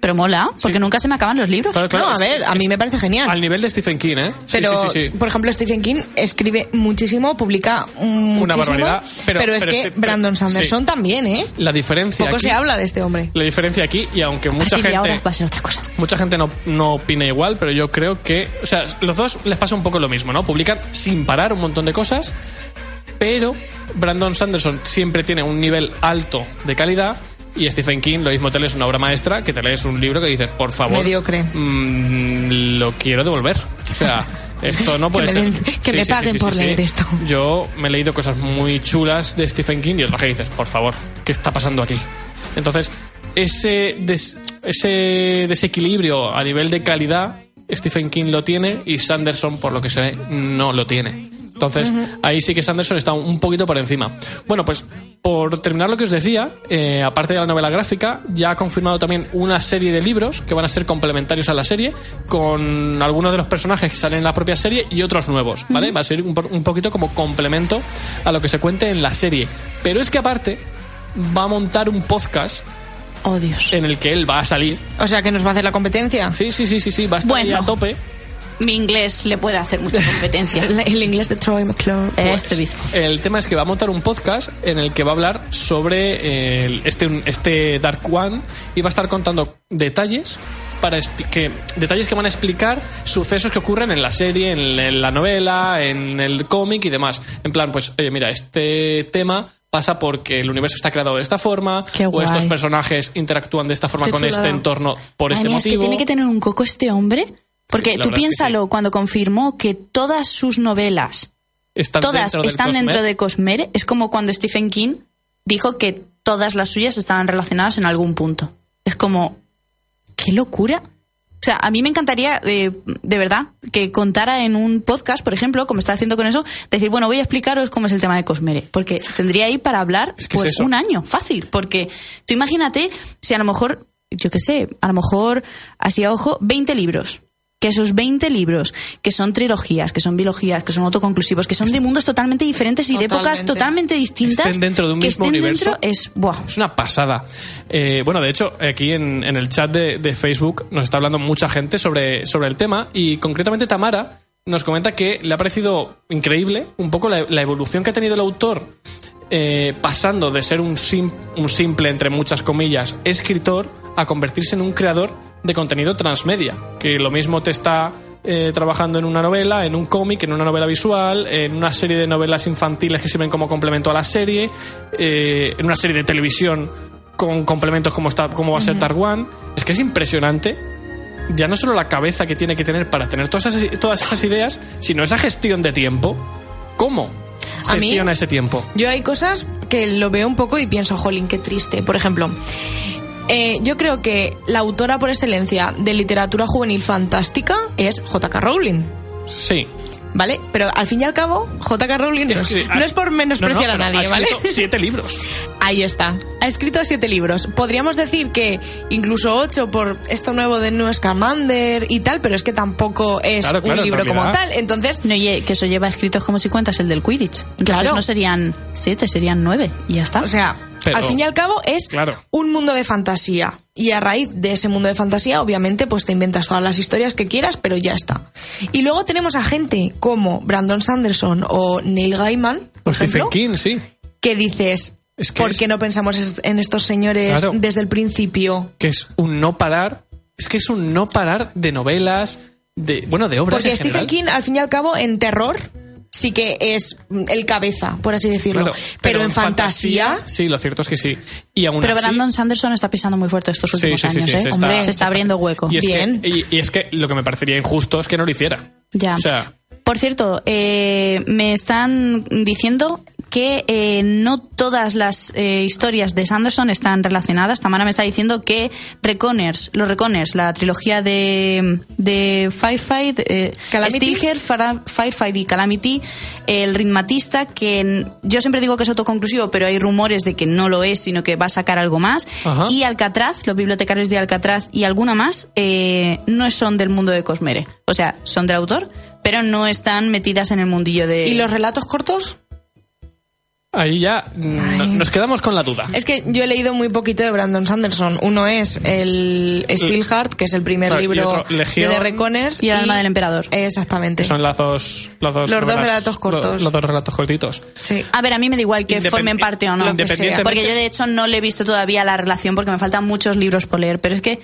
Speaker 2: Pero mola, porque nunca se me acaban los libros.
Speaker 3: Claro, claro,
Speaker 4: no, a
Speaker 3: es-
Speaker 4: ver, a
Speaker 3: es-
Speaker 4: mí me parece genial.
Speaker 3: Al nivel de Stephen King, ¿eh? Sí,
Speaker 4: Pero,
Speaker 3: sí, sí, sí.
Speaker 4: por ejemplo, Stephen King escribe muchísimo, publica muchísimo.
Speaker 3: barbaridad, pero-
Speaker 4: es
Speaker 3: pero
Speaker 4: que
Speaker 3: este- pero-
Speaker 4: Brandon Sanderson
Speaker 3: sí.
Speaker 4: también, ¿eh?
Speaker 3: La diferencia
Speaker 4: Poco
Speaker 3: aquí-
Speaker 4: se habla de este hombre.
Speaker 3: La diferencia aquí, y aunque
Speaker 2: a
Speaker 3: mucha
Speaker 2: partir
Speaker 3: gente...
Speaker 2: de ahora va a ser otra cosa.
Speaker 3: Mucha gente no, no opina igual, pero yo creo que. O sea, los dos les pasa un poco lo mismo, ¿no? Publican sin parar un montón de cosas, pero Brandon Sanderson siempre tiene un nivel alto de calidad y Stephen King, lo mismo te lees una obra maestra que te lees un libro que dices, por favor.
Speaker 4: Mediocre.
Speaker 3: mm, lo quiero devolver. O sea. Esto no
Speaker 4: Que
Speaker 3: puede
Speaker 4: me
Speaker 3: ser.
Speaker 4: den- que me paguen por leer esto.
Speaker 3: Yo me he leído cosas muy chulas de Stephen King y otras que dices, por favor, ¿qué está pasando aquí? Entonces, ese, des- ese desequilibrio a nivel de calidad, Stephen King lo tiene y Sanderson, por lo que se ve, no lo tiene. Entonces, ahí sí que Sanderson está un poquito por encima. Bueno, pues por terminar lo que os decía, eh, aparte de la novela gráfica, ya ha confirmado también una serie de libros que van a ser complementarios a la serie, con algunos de los personajes que salen en la propia serie y otros nuevos, ¿vale? Va a ser un, po- un poquito como complemento a lo que se cuente en la serie. Pero es que aparte va a montar un podcast
Speaker 4: Oh, Dios.
Speaker 3: en el que él va a salir.
Speaker 4: O sea, que nos va a hacer la competencia.
Speaker 3: Sí, sí, sí, sí, sí, va a estar ahí
Speaker 2: Bueno.
Speaker 3: a tope.
Speaker 2: Mi inglés le puede hacer mucha competencia.
Speaker 4: El, el inglés de Troy McClure.
Speaker 2: Este mismo.
Speaker 3: Pues, El tema es que va a montar un podcast en el que va a hablar sobre el- este, este Dark One y va a estar contando detalles para expli- que detalles que van a explicar sucesos que ocurren en la serie, en, en la novela, en el cómic y demás. En plan, pues, oye, mira, este tema pasa porque el universo está creado de esta forma,
Speaker 4: Qué
Speaker 3: o estos
Speaker 4: guay.
Speaker 3: personajes interactúan de esta forma
Speaker 4: Qué
Speaker 3: con este
Speaker 4: chulada.
Speaker 3: entorno por este
Speaker 2: Además,
Speaker 3: motivo.
Speaker 2: que tiene que tener un coco este hombre. Porque
Speaker 3: Sí, la
Speaker 2: tú
Speaker 3: verdad es que
Speaker 2: piénsalo, cuando confirmó que todas sus novelas,
Speaker 3: Están
Speaker 2: todas
Speaker 3: dentro del
Speaker 2: están dentro
Speaker 3: Cosmere.
Speaker 2: de Cosmere, es como cuando Stephen King dijo que todas las suyas estaban relacionadas en algún punto. Es como, qué locura. O sea, a mí me encantaría, eh, de verdad, que contara en un podcast, por ejemplo, como está haciendo con eso, decir, bueno, voy a explicaros cómo es el tema de Cosmere, porque tendría ahí para hablar
Speaker 3: Es que es
Speaker 2: pues
Speaker 3: eso.
Speaker 2: un año, fácil, porque tú imagínate si a lo mejor, yo qué sé, a lo mejor, así a ojo, 20 libros. Que esos 20 libros, que son trilogías, que son biologías, que son autoconclusivos, que son de mundos totalmente diferentes y de épocas
Speaker 4: Totalmente.
Speaker 2: totalmente distintas,
Speaker 3: Estén dentro de un
Speaker 2: que
Speaker 3: mismo
Speaker 2: estén
Speaker 3: universo.
Speaker 2: dentro, es, buah,
Speaker 3: Es una pasada. Eh, bueno, de hecho, aquí en, en el chat de, de Facebook nos está hablando mucha gente sobre, sobre el tema y concretamente Tamara nos comenta que le ha parecido increíble un poco la, la evolución que ha tenido el autor eh, pasando de ser un, sim- un simple, entre muchas comillas, escritor a convertirse en un creador de contenido transmedia, que lo mismo te está eh, trabajando en una novela, en un cómic, en una novela visual, en una serie de novelas infantiles que sirven como complemento a la serie, eh, en una serie de televisión con complementos como, está, como va a ser Targuan. Es que es impresionante ya no solo la cabeza que tiene que tener para tener todas esas, todas esas ideas, sino esa gestión de tiempo. ¿Cómo
Speaker 4: A mí-
Speaker 3: gestiona ese tiempo?
Speaker 4: Yo hay cosas que lo veo un poco y pienso, jolín, qué triste. Por ejemplo, eh, yo creo que la autora por excelencia de literatura juvenil fantástica es J.K. Rowling.
Speaker 3: Sí.
Speaker 4: ¿Vale? Pero al fin y al cabo, J.K. Rowling no es,
Speaker 3: que-
Speaker 4: no es por menospreciar
Speaker 3: No, no,
Speaker 4: a
Speaker 3: pero
Speaker 4: nadie,
Speaker 3: ha
Speaker 4: ¿vale?
Speaker 3: escrito Siete libros.
Speaker 4: Ha Ahí está. Ha escrito siete libros. Podríamos decir que incluso ocho por esto nuevo de New Scamander y tal, pero es que tampoco es
Speaker 3: Claro, claro,
Speaker 4: un
Speaker 3: en
Speaker 4: libro como
Speaker 3: realidad.
Speaker 4: tal. Entonces,
Speaker 2: No, oye, que eso lleva escritos como si cuentas el del Quidditch. Entonces
Speaker 4: Claro.
Speaker 2: no serían siete, serían nueve. Y ya está.
Speaker 4: o sea,
Speaker 3: Pero-
Speaker 4: al fin y al cabo es
Speaker 3: Claro.
Speaker 4: un mundo de fantasía. Y a raíz de ese mundo de fantasía, obviamente, pues te inventas todas las historias que quieras, pero ya está. Y luego tenemos a gente como Brandon Sanderson o Neil Gaiman, por
Speaker 3: O Stephen
Speaker 4: ejemplo,
Speaker 3: King, sí.
Speaker 4: que dices,
Speaker 3: Es que
Speaker 4: ¿por
Speaker 3: es-
Speaker 4: qué no pensamos es- en estos señores
Speaker 3: Claro.
Speaker 4: desde el principio?
Speaker 3: Que es un no parar. Es que es un no parar de novelas, de bueno, de obras
Speaker 4: Porque
Speaker 3: en general.
Speaker 4: Stephen King, al fin y al cabo, en terror sí que es mm, el cabeza, por así decirlo.
Speaker 3: Claro,
Speaker 4: pero, en fantasía,
Speaker 3: Sí, lo cierto es que sí. Y aún
Speaker 2: Pero
Speaker 3: así-
Speaker 2: Brandon Sanderson está pisando muy fuerte estos
Speaker 3: Sí,
Speaker 2: últimos
Speaker 3: sí, sí,
Speaker 2: años,
Speaker 3: sí,
Speaker 2: ¿eh?
Speaker 3: se está-
Speaker 2: Hombre,
Speaker 3: se
Speaker 2: se
Speaker 3: está-
Speaker 2: está abriendo hueco.
Speaker 3: Y es,
Speaker 4: Bien.
Speaker 3: Que, y, y es que lo que me parecería injusto es que no lo hiciera.
Speaker 2: Ya.
Speaker 3: O sea,
Speaker 2: Por cierto, eh, me están diciendo que eh, no todas las eh, historias de Sanderson están relacionadas. Tamara me está diciendo que Reconers, los Reconers, la trilogía de, de Firefight, eh,
Speaker 4: Calamity.
Speaker 2: Stilger, Fara- Firefight y Calamity, el ritmatista, que n- yo siempre digo que es autoconclusivo, pero hay rumores de que no lo es, sino que va a sacar algo más.
Speaker 3: Ajá.
Speaker 2: Y Alcatraz, los bibliotecarios de Alcatraz y alguna más, eh, no son del mundo de Cosmere. O sea, son del autor, pero no están metidas en el mundillo de...
Speaker 4: y los relatos cortos.
Speaker 3: ahí ya mm, no- nos quedamos con la duda.
Speaker 4: Es que yo he leído muy poquito de Brandon Sanderson. Uno es el Steelheart, que es el primer
Speaker 3: Claro, y
Speaker 4: libro
Speaker 3: otro, Legión
Speaker 4: de The Reconers.
Speaker 2: y el alma del emperador.
Speaker 4: Exactamente.
Speaker 3: Que son las dos, las dos
Speaker 4: Los dos
Speaker 3: novelas-
Speaker 4: relatos cortos.
Speaker 3: Los, los dos relatos cortitos.
Speaker 4: Sí.
Speaker 2: A ver, a mí me da igual que
Speaker 3: Independ-
Speaker 2: formen parte o no.
Speaker 3: lo que sea.
Speaker 2: Porque yo, de hecho, no le he visto todavía la relación porque me faltan muchos libros por leer. Pero es que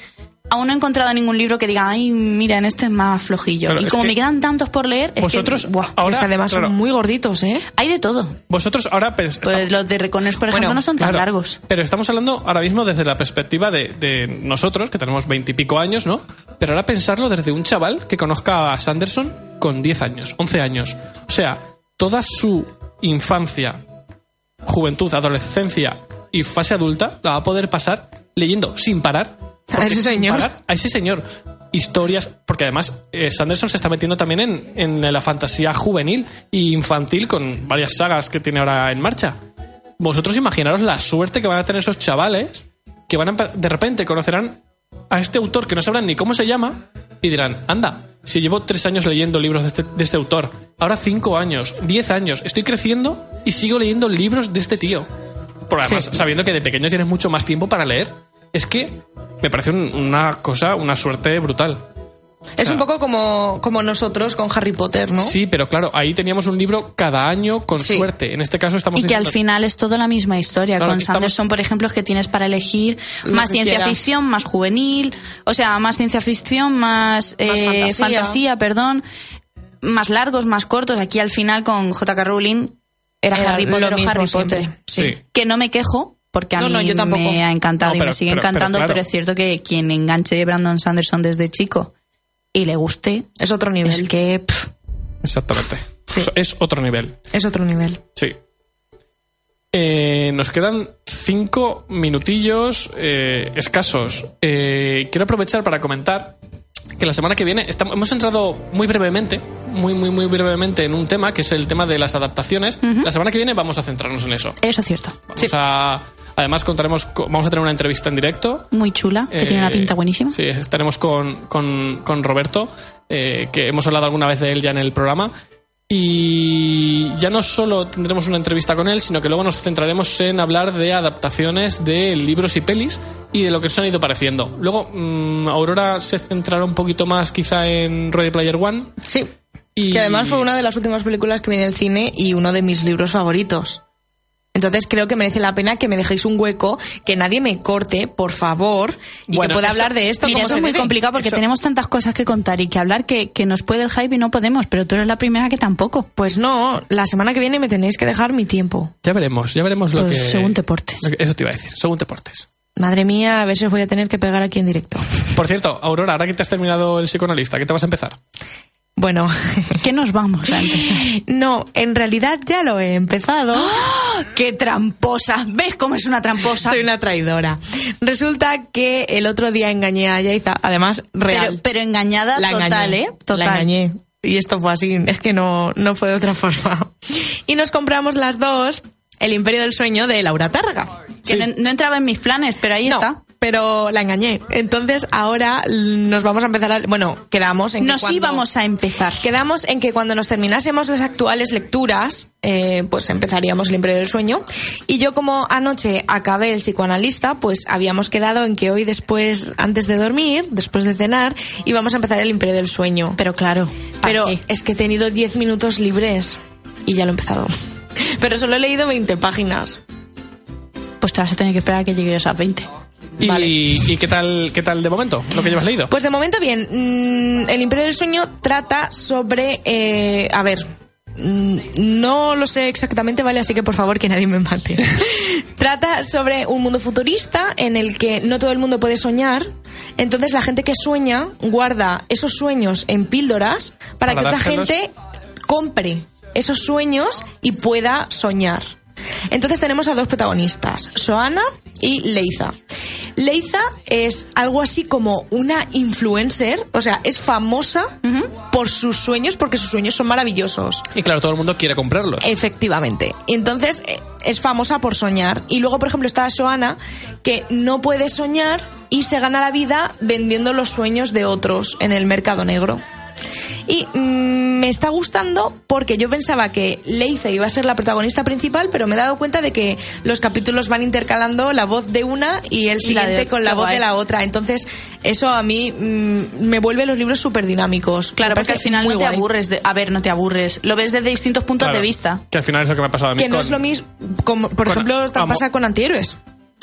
Speaker 2: aún no he encontrado ningún libro que diga, ay, mira, en este es más flojillo.
Speaker 3: Claro,
Speaker 2: y
Speaker 3: es
Speaker 2: como
Speaker 3: que
Speaker 2: me quedan tantos por leer, es que,
Speaker 3: Vosotros,
Speaker 2: buah,
Speaker 4: Pero
Speaker 3: ahora,
Speaker 4: es que además
Speaker 3: claro,
Speaker 4: son muy gorditos, ¿eh?
Speaker 2: hay de todo.
Speaker 3: vosotros ahora pens-
Speaker 2: Pues los de Reconers, por ejemplo, no son tan
Speaker 3: Ah. Claro,
Speaker 2: largos.
Speaker 3: Pero estamos hablando ahora mismo desde la perspectiva de, de nosotros, que tenemos veintipico años, ¿no? Pero ahora pensarlo desde un chaval que conozca a Sanderson con 10 años, 11 años. O sea, toda su infancia, juventud, adolescencia y fase adulta la va a poder pasar leyendo sin parar. porque
Speaker 4: ese
Speaker 3: sin
Speaker 4: señor.
Speaker 3: parar, a ese señor. Historias, porque además eh, Sanderson se está metiendo también en, en la fantasía juvenil e infantil con varias sagas que tiene ahora en marcha. Vosotros imaginaros la suerte que van a tener esos chavales que van a, empe- de repente conocerán a este autor que no sabrán ni cómo se llama y dirán, anda, si llevo tres años leyendo libros de este, de este autor, ahora cinco años, diez años, estoy creciendo y sigo leyendo libros de este tío. Por además, sabiendo que de pequeño tienes mucho más tiempo para leer, es que me parece un- una cosa, una suerte brutal.
Speaker 4: Es un poco como, como nosotros con Harry Potter, ¿no?
Speaker 3: Sí, pero claro, ahí teníamos un libro cada año con
Speaker 4: Sí.
Speaker 3: suerte. En este caso estamos
Speaker 2: Y que al
Speaker 3: intentando-
Speaker 2: final es todo la misma historia.
Speaker 3: Claro,
Speaker 2: Con
Speaker 3: que estamos-
Speaker 2: Sanderson, por ejemplo, es que tienes para elegir
Speaker 4: Lo
Speaker 2: más
Speaker 4: que
Speaker 2: ciencia
Speaker 4: quieras.
Speaker 2: ficción, más juvenil, o sea, más ciencia ficción, más, eh,
Speaker 4: fantasía.
Speaker 2: fantasía, perdón, más largos, más cortos. Aquí al final con J.K. Rowling era,
Speaker 4: Era
Speaker 2: Harry
Speaker 4: lo
Speaker 2: Potter o
Speaker 4: mismo
Speaker 2: Harry
Speaker 4: siempre.
Speaker 2: Potter.
Speaker 3: Sí.
Speaker 2: Que no me quejo. Porque a
Speaker 4: No,
Speaker 2: mí
Speaker 4: no, yo tampoco.
Speaker 2: me ha encantado
Speaker 3: No,
Speaker 2: y
Speaker 3: pero-
Speaker 2: me sigue
Speaker 3: pero- pero
Speaker 2: encantando, pero,
Speaker 3: claro.
Speaker 2: es cierto que quien enganche a Brandon Sanderson desde chico y le guste,
Speaker 4: Es otro nivel.
Speaker 2: es que pff,
Speaker 3: Exactamente.
Speaker 4: Sí.
Speaker 3: Eso Es otro nivel.
Speaker 4: Es otro nivel.
Speaker 3: Sí. Eh, nos quedan cinco minutillos eh, escasos. Eh, quiero aprovechar para comentar que la semana que viene estamos- hemos entrado muy brevemente, muy, muy, muy brevemente en un tema que es el tema de las adaptaciones. La semana que viene vamos a centrarnos en eso.
Speaker 2: eso es cierto.
Speaker 3: Vamos a- además contaremos, co- vamos a tener una entrevista en directo
Speaker 2: Muy chula, que tiene una
Speaker 3: eh,
Speaker 2: pinta buenísima.
Speaker 3: Sí, estaremos con, con- con Roberto, eh, que hemos hablado alguna vez de él ya en el programa. Y ya no solo tendremos una entrevista con él, sino que luego nos centraremos en hablar de adaptaciones de libros y pelis y de lo que se han ido pareciendo. Luego, mm, Aurora se centrará un poquito más quizá en Ready Player One.
Speaker 4: Sí.
Speaker 3: Y-
Speaker 4: Que además fue una de las últimas películas que vi en el cine y uno de mis libros favoritos. Entonces creo que merece la pena que me dejéis un hueco, que nadie me corte, por favor, y
Speaker 3: Bueno,
Speaker 4: que pueda
Speaker 3: eso-
Speaker 4: hablar de esto.
Speaker 2: Mira,
Speaker 4: como
Speaker 2: eso
Speaker 4: se
Speaker 2: es muy
Speaker 4: debe.
Speaker 2: complicado porque
Speaker 3: Eso-
Speaker 2: tenemos tantas cosas que contar y que hablar que, que nos puede el hype y no podemos, pero tú eres la primera que tampoco.
Speaker 4: Pues no, la semana que viene me tenéis que dejar mi tiempo.
Speaker 3: Ya veremos, ya veremos lo
Speaker 2: Pues
Speaker 3: que...
Speaker 2: según te portes.
Speaker 3: lo que- Eso te iba a decir, según te portes.
Speaker 4: Madre mía, a ver si os voy a tener que pegar aquí en directo.
Speaker 3: Por cierto, Aurora, ahora que te has terminado el psicoanalista, ¿qué te vas a empezar?
Speaker 4: Bueno,
Speaker 2: ¿Qué nos vamos a empezar?
Speaker 4: no, en realidad ya lo he empezado.
Speaker 2: ¡Ah! ¡Qué tramposa! ¿Ves cómo es una tramposa?
Speaker 4: Soy una traidora. Resulta que el otro día engañé a Yaiza, además real.
Speaker 2: Pero, pero engañada
Speaker 4: La engañé,
Speaker 2: total, ¿eh? Total.
Speaker 4: La engañé. Y esto fue así, es que no, no fue de otra forma. Y nos compramos las dos El Imperio del Sueño de Laura Targa.
Speaker 2: Que no, no entraba en mis planes, pero ahí
Speaker 4: No,
Speaker 2: está.
Speaker 4: pero la engañé. Entonces ahora l- nos vamos a empezar a... Bueno, quedamos en que
Speaker 2: Nos
Speaker 4: cuando-
Speaker 2: íbamos a empezar.
Speaker 4: Quedamos en que cuando nos terminásemos las actuales lecturas, eh, pues empezaríamos el Imperio del Sueño. Y yo como anoche acabé el psicoanalista, pues habíamos quedado en que hoy después, antes de dormir, después de cenar, íbamos a empezar el Imperio del Sueño.
Speaker 10: Pero claro, ¿para
Speaker 4: Pero
Speaker 10: qué?
Speaker 4: es que he tenido 10 minutos libres y ya lo he empezado. Pero solo he leído 20 páginas.
Speaker 10: pues te vas a tener que esperar a que llegues a esas 20.
Speaker 3: ¿Y,
Speaker 4: Vale.
Speaker 3: y qué tal qué tal de momento? Lo que llevas leído.
Speaker 4: Pues de momento bien. Mm, el Imperio del Sueño trata sobre... eh, a ver. mm, No lo sé exactamente, ¿vale? Así que por favor que nadie me mate. Trata sobre un mundo futurista en el que no todo el mundo puede soñar. Entonces la gente que sueña guarda esos sueños en píldoras
Speaker 3: Para
Speaker 4: para, que otra
Speaker 3: dárselos.
Speaker 4: gente compre esos sueños y pueda soñar. Entonces tenemos a dos protagonistas, Soana y Leiza. Leiza es algo así como una influencer, o sea, es famosa por sus sueños porque sus sueños son maravillosos.
Speaker 3: y claro, todo el mundo quiere comprarlos.
Speaker 4: Efectivamente. Entonces eh, es famosa por soñar. Y luego, por ejemplo, está Soana, que no puede soñar y se gana la vida vendiendo los sueños de otros en el mercado negro. Y mm, me está gustando porque yo pensaba que Leiza iba a ser la protagonista principal, pero me he dado cuenta de que los capítulos van intercalando la voz de una y el
Speaker 10: Y la de
Speaker 4: siguiente
Speaker 10: otra.
Speaker 4: con la
Speaker 10: Qué
Speaker 4: voz de
Speaker 10: guay.
Speaker 4: la otra. Entonces, eso a mí mm, me vuelve los libros súper dinámicos.
Speaker 2: Claro, porque al final no te
Speaker 4: aburre
Speaker 2: aburres. de- a ver, no te aburres. Lo ves desde distintos puntos
Speaker 3: Claro,
Speaker 2: de vista.
Speaker 3: Que al final es lo que me ha pasado a mí.
Speaker 4: que no
Speaker 3: con-
Speaker 4: es lo mismo como por
Speaker 3: con-
Speaker 4: ejemplo te
Speaker 3: amo-
Speaker 4: pasa con antihéroes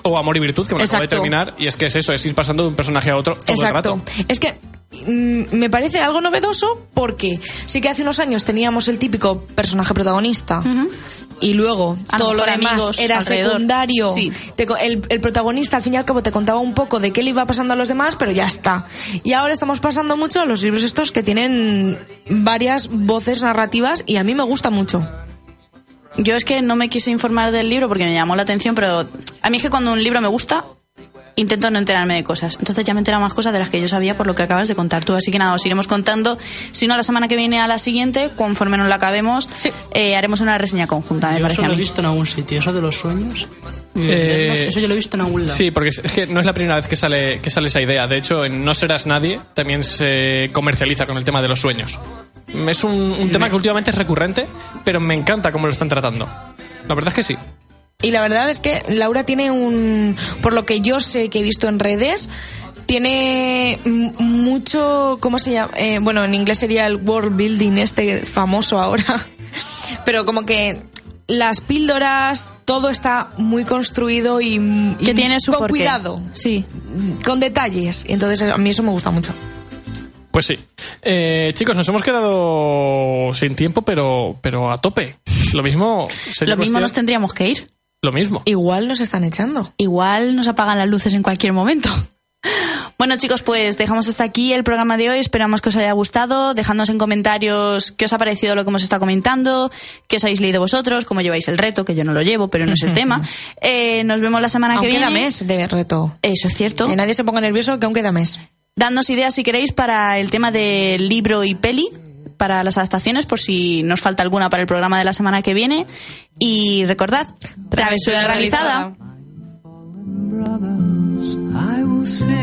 Speaker 3: O Amor y Virtud, que me lo acabo de
Speaker 4: Exacto.
Speaker 3: terminar. Y es que es eso, es ir pasando de un personaje a otro todo el rato.
Speaker 4: exacto es que mm, me parece algo novedoso porque sí que hace unos años teníamos el típico personaje protagonista y luego
Speaker 2: A lo
Speaker 4: todo lo
Speaker 2: mejor
Speaker 4: demás
Speaker 2: amigos
Speaker 4: era
Speaker 2: alrededor.
Speaker 4: secundario
Speaker 2: Sí.
Speaker 4: Te co- el, el protagonista al fin y al cabo te contaba un poco de qué le iba pasando a los demás pero ya está y ahora estamos pasando mucho a los libros estos que tienen varias voces narrativas y a mí me gusta mucho
Speaker 2: Yo es que no me quise informar del libro porque me llamó la atención, pero a mí es que cuando un libro me gusta, intento no enterarme de cosas. Entonces ya me he enterado más cosas de las que yo sabía por lo que acabas de contar tú. Así que nada, os iremos contando. Si no, la semana que viene a la siguiente, conforme nos la acabemos, eh, haremos una reseña conjunta, me
Speaker 5: Yo
Speaker 2: parece
Speaker 5: eso
Speaker 2: a
Speaker 5: lo he
Speaker 2: mí.
Speaker 5: visto en algún sitio, eso de los sueños.
Speaker 3: Eh,
Speaker 5: No sé, eso yo lo he visto en algún lado.
Speaker 3: Sí, porque es es que no es la primera vez que sale, que sale esa idea. De hecho, en No Serás Nadie también se comercializa con el tema de los sueños. Es un, un tema que últimamente es recurrente, pero me encanta cómo lo están tratando. La verdad es que sí.
Speaker 4: Y la verdad es que Laura tiene un, por lo que yo sé que he visto en redes, tiene m- mucho, ¿cómo se llama? Eh, bueno, en inglés sería el world building este famoso ahora. Pero como que las píldoras, todo está muy construido y, y
Speaker 2: Que tiene su
Speaker 4: con
Speaker 2: porqué.
Speaker 4: cuidado,
Speaker 2: Sí.
Speaker 4: con detalles. Y Entonces a mí eso me gusta mucho.
Speaker 3: Pues sí. Eh, chicos, nos hemos quedado sin tiempo, pero, pero a tope. Lo mismo sería
Speaker 2: Lo mismo
Speaker 3: cuestión-
Speaker 2: nos tendríamos que ir.
Speaker 3: Lo mismo.
Speaker 4: Igual nos están echando.
Speaker 2: igual nos apagan las luces en cualquier momento. Bueno chicos, pues dejamos hasta aquí el programa de hoy. Esperamos que os haya gustado. Dejadnos en comentarios qué os ha parecido lo que hemos estado comentando, qué os habéis leído vosotros, cómo lleváis el reto, que yo no lo llevo, pero no es el tema. Eh, nos vemos la semana
Speaker 4: Aunque
Speaker 2: que
Speaker 4: queda
Speaker 2: viene.
Speaker 4: mes de reto.
Speaker 2: Eso es cierto.
Speaker 4: Que nadie se ponga nervioso que aún queda mes.
Speaker 2: Dadnos ideas si queréis para el tema de libro y peli, para las adaptaciones, por si nos falta alguna para el programa de la semana que viene. Y recordad, travesura realizada.
Speaker 4: realizada.
Speaker 11: brothers, I will say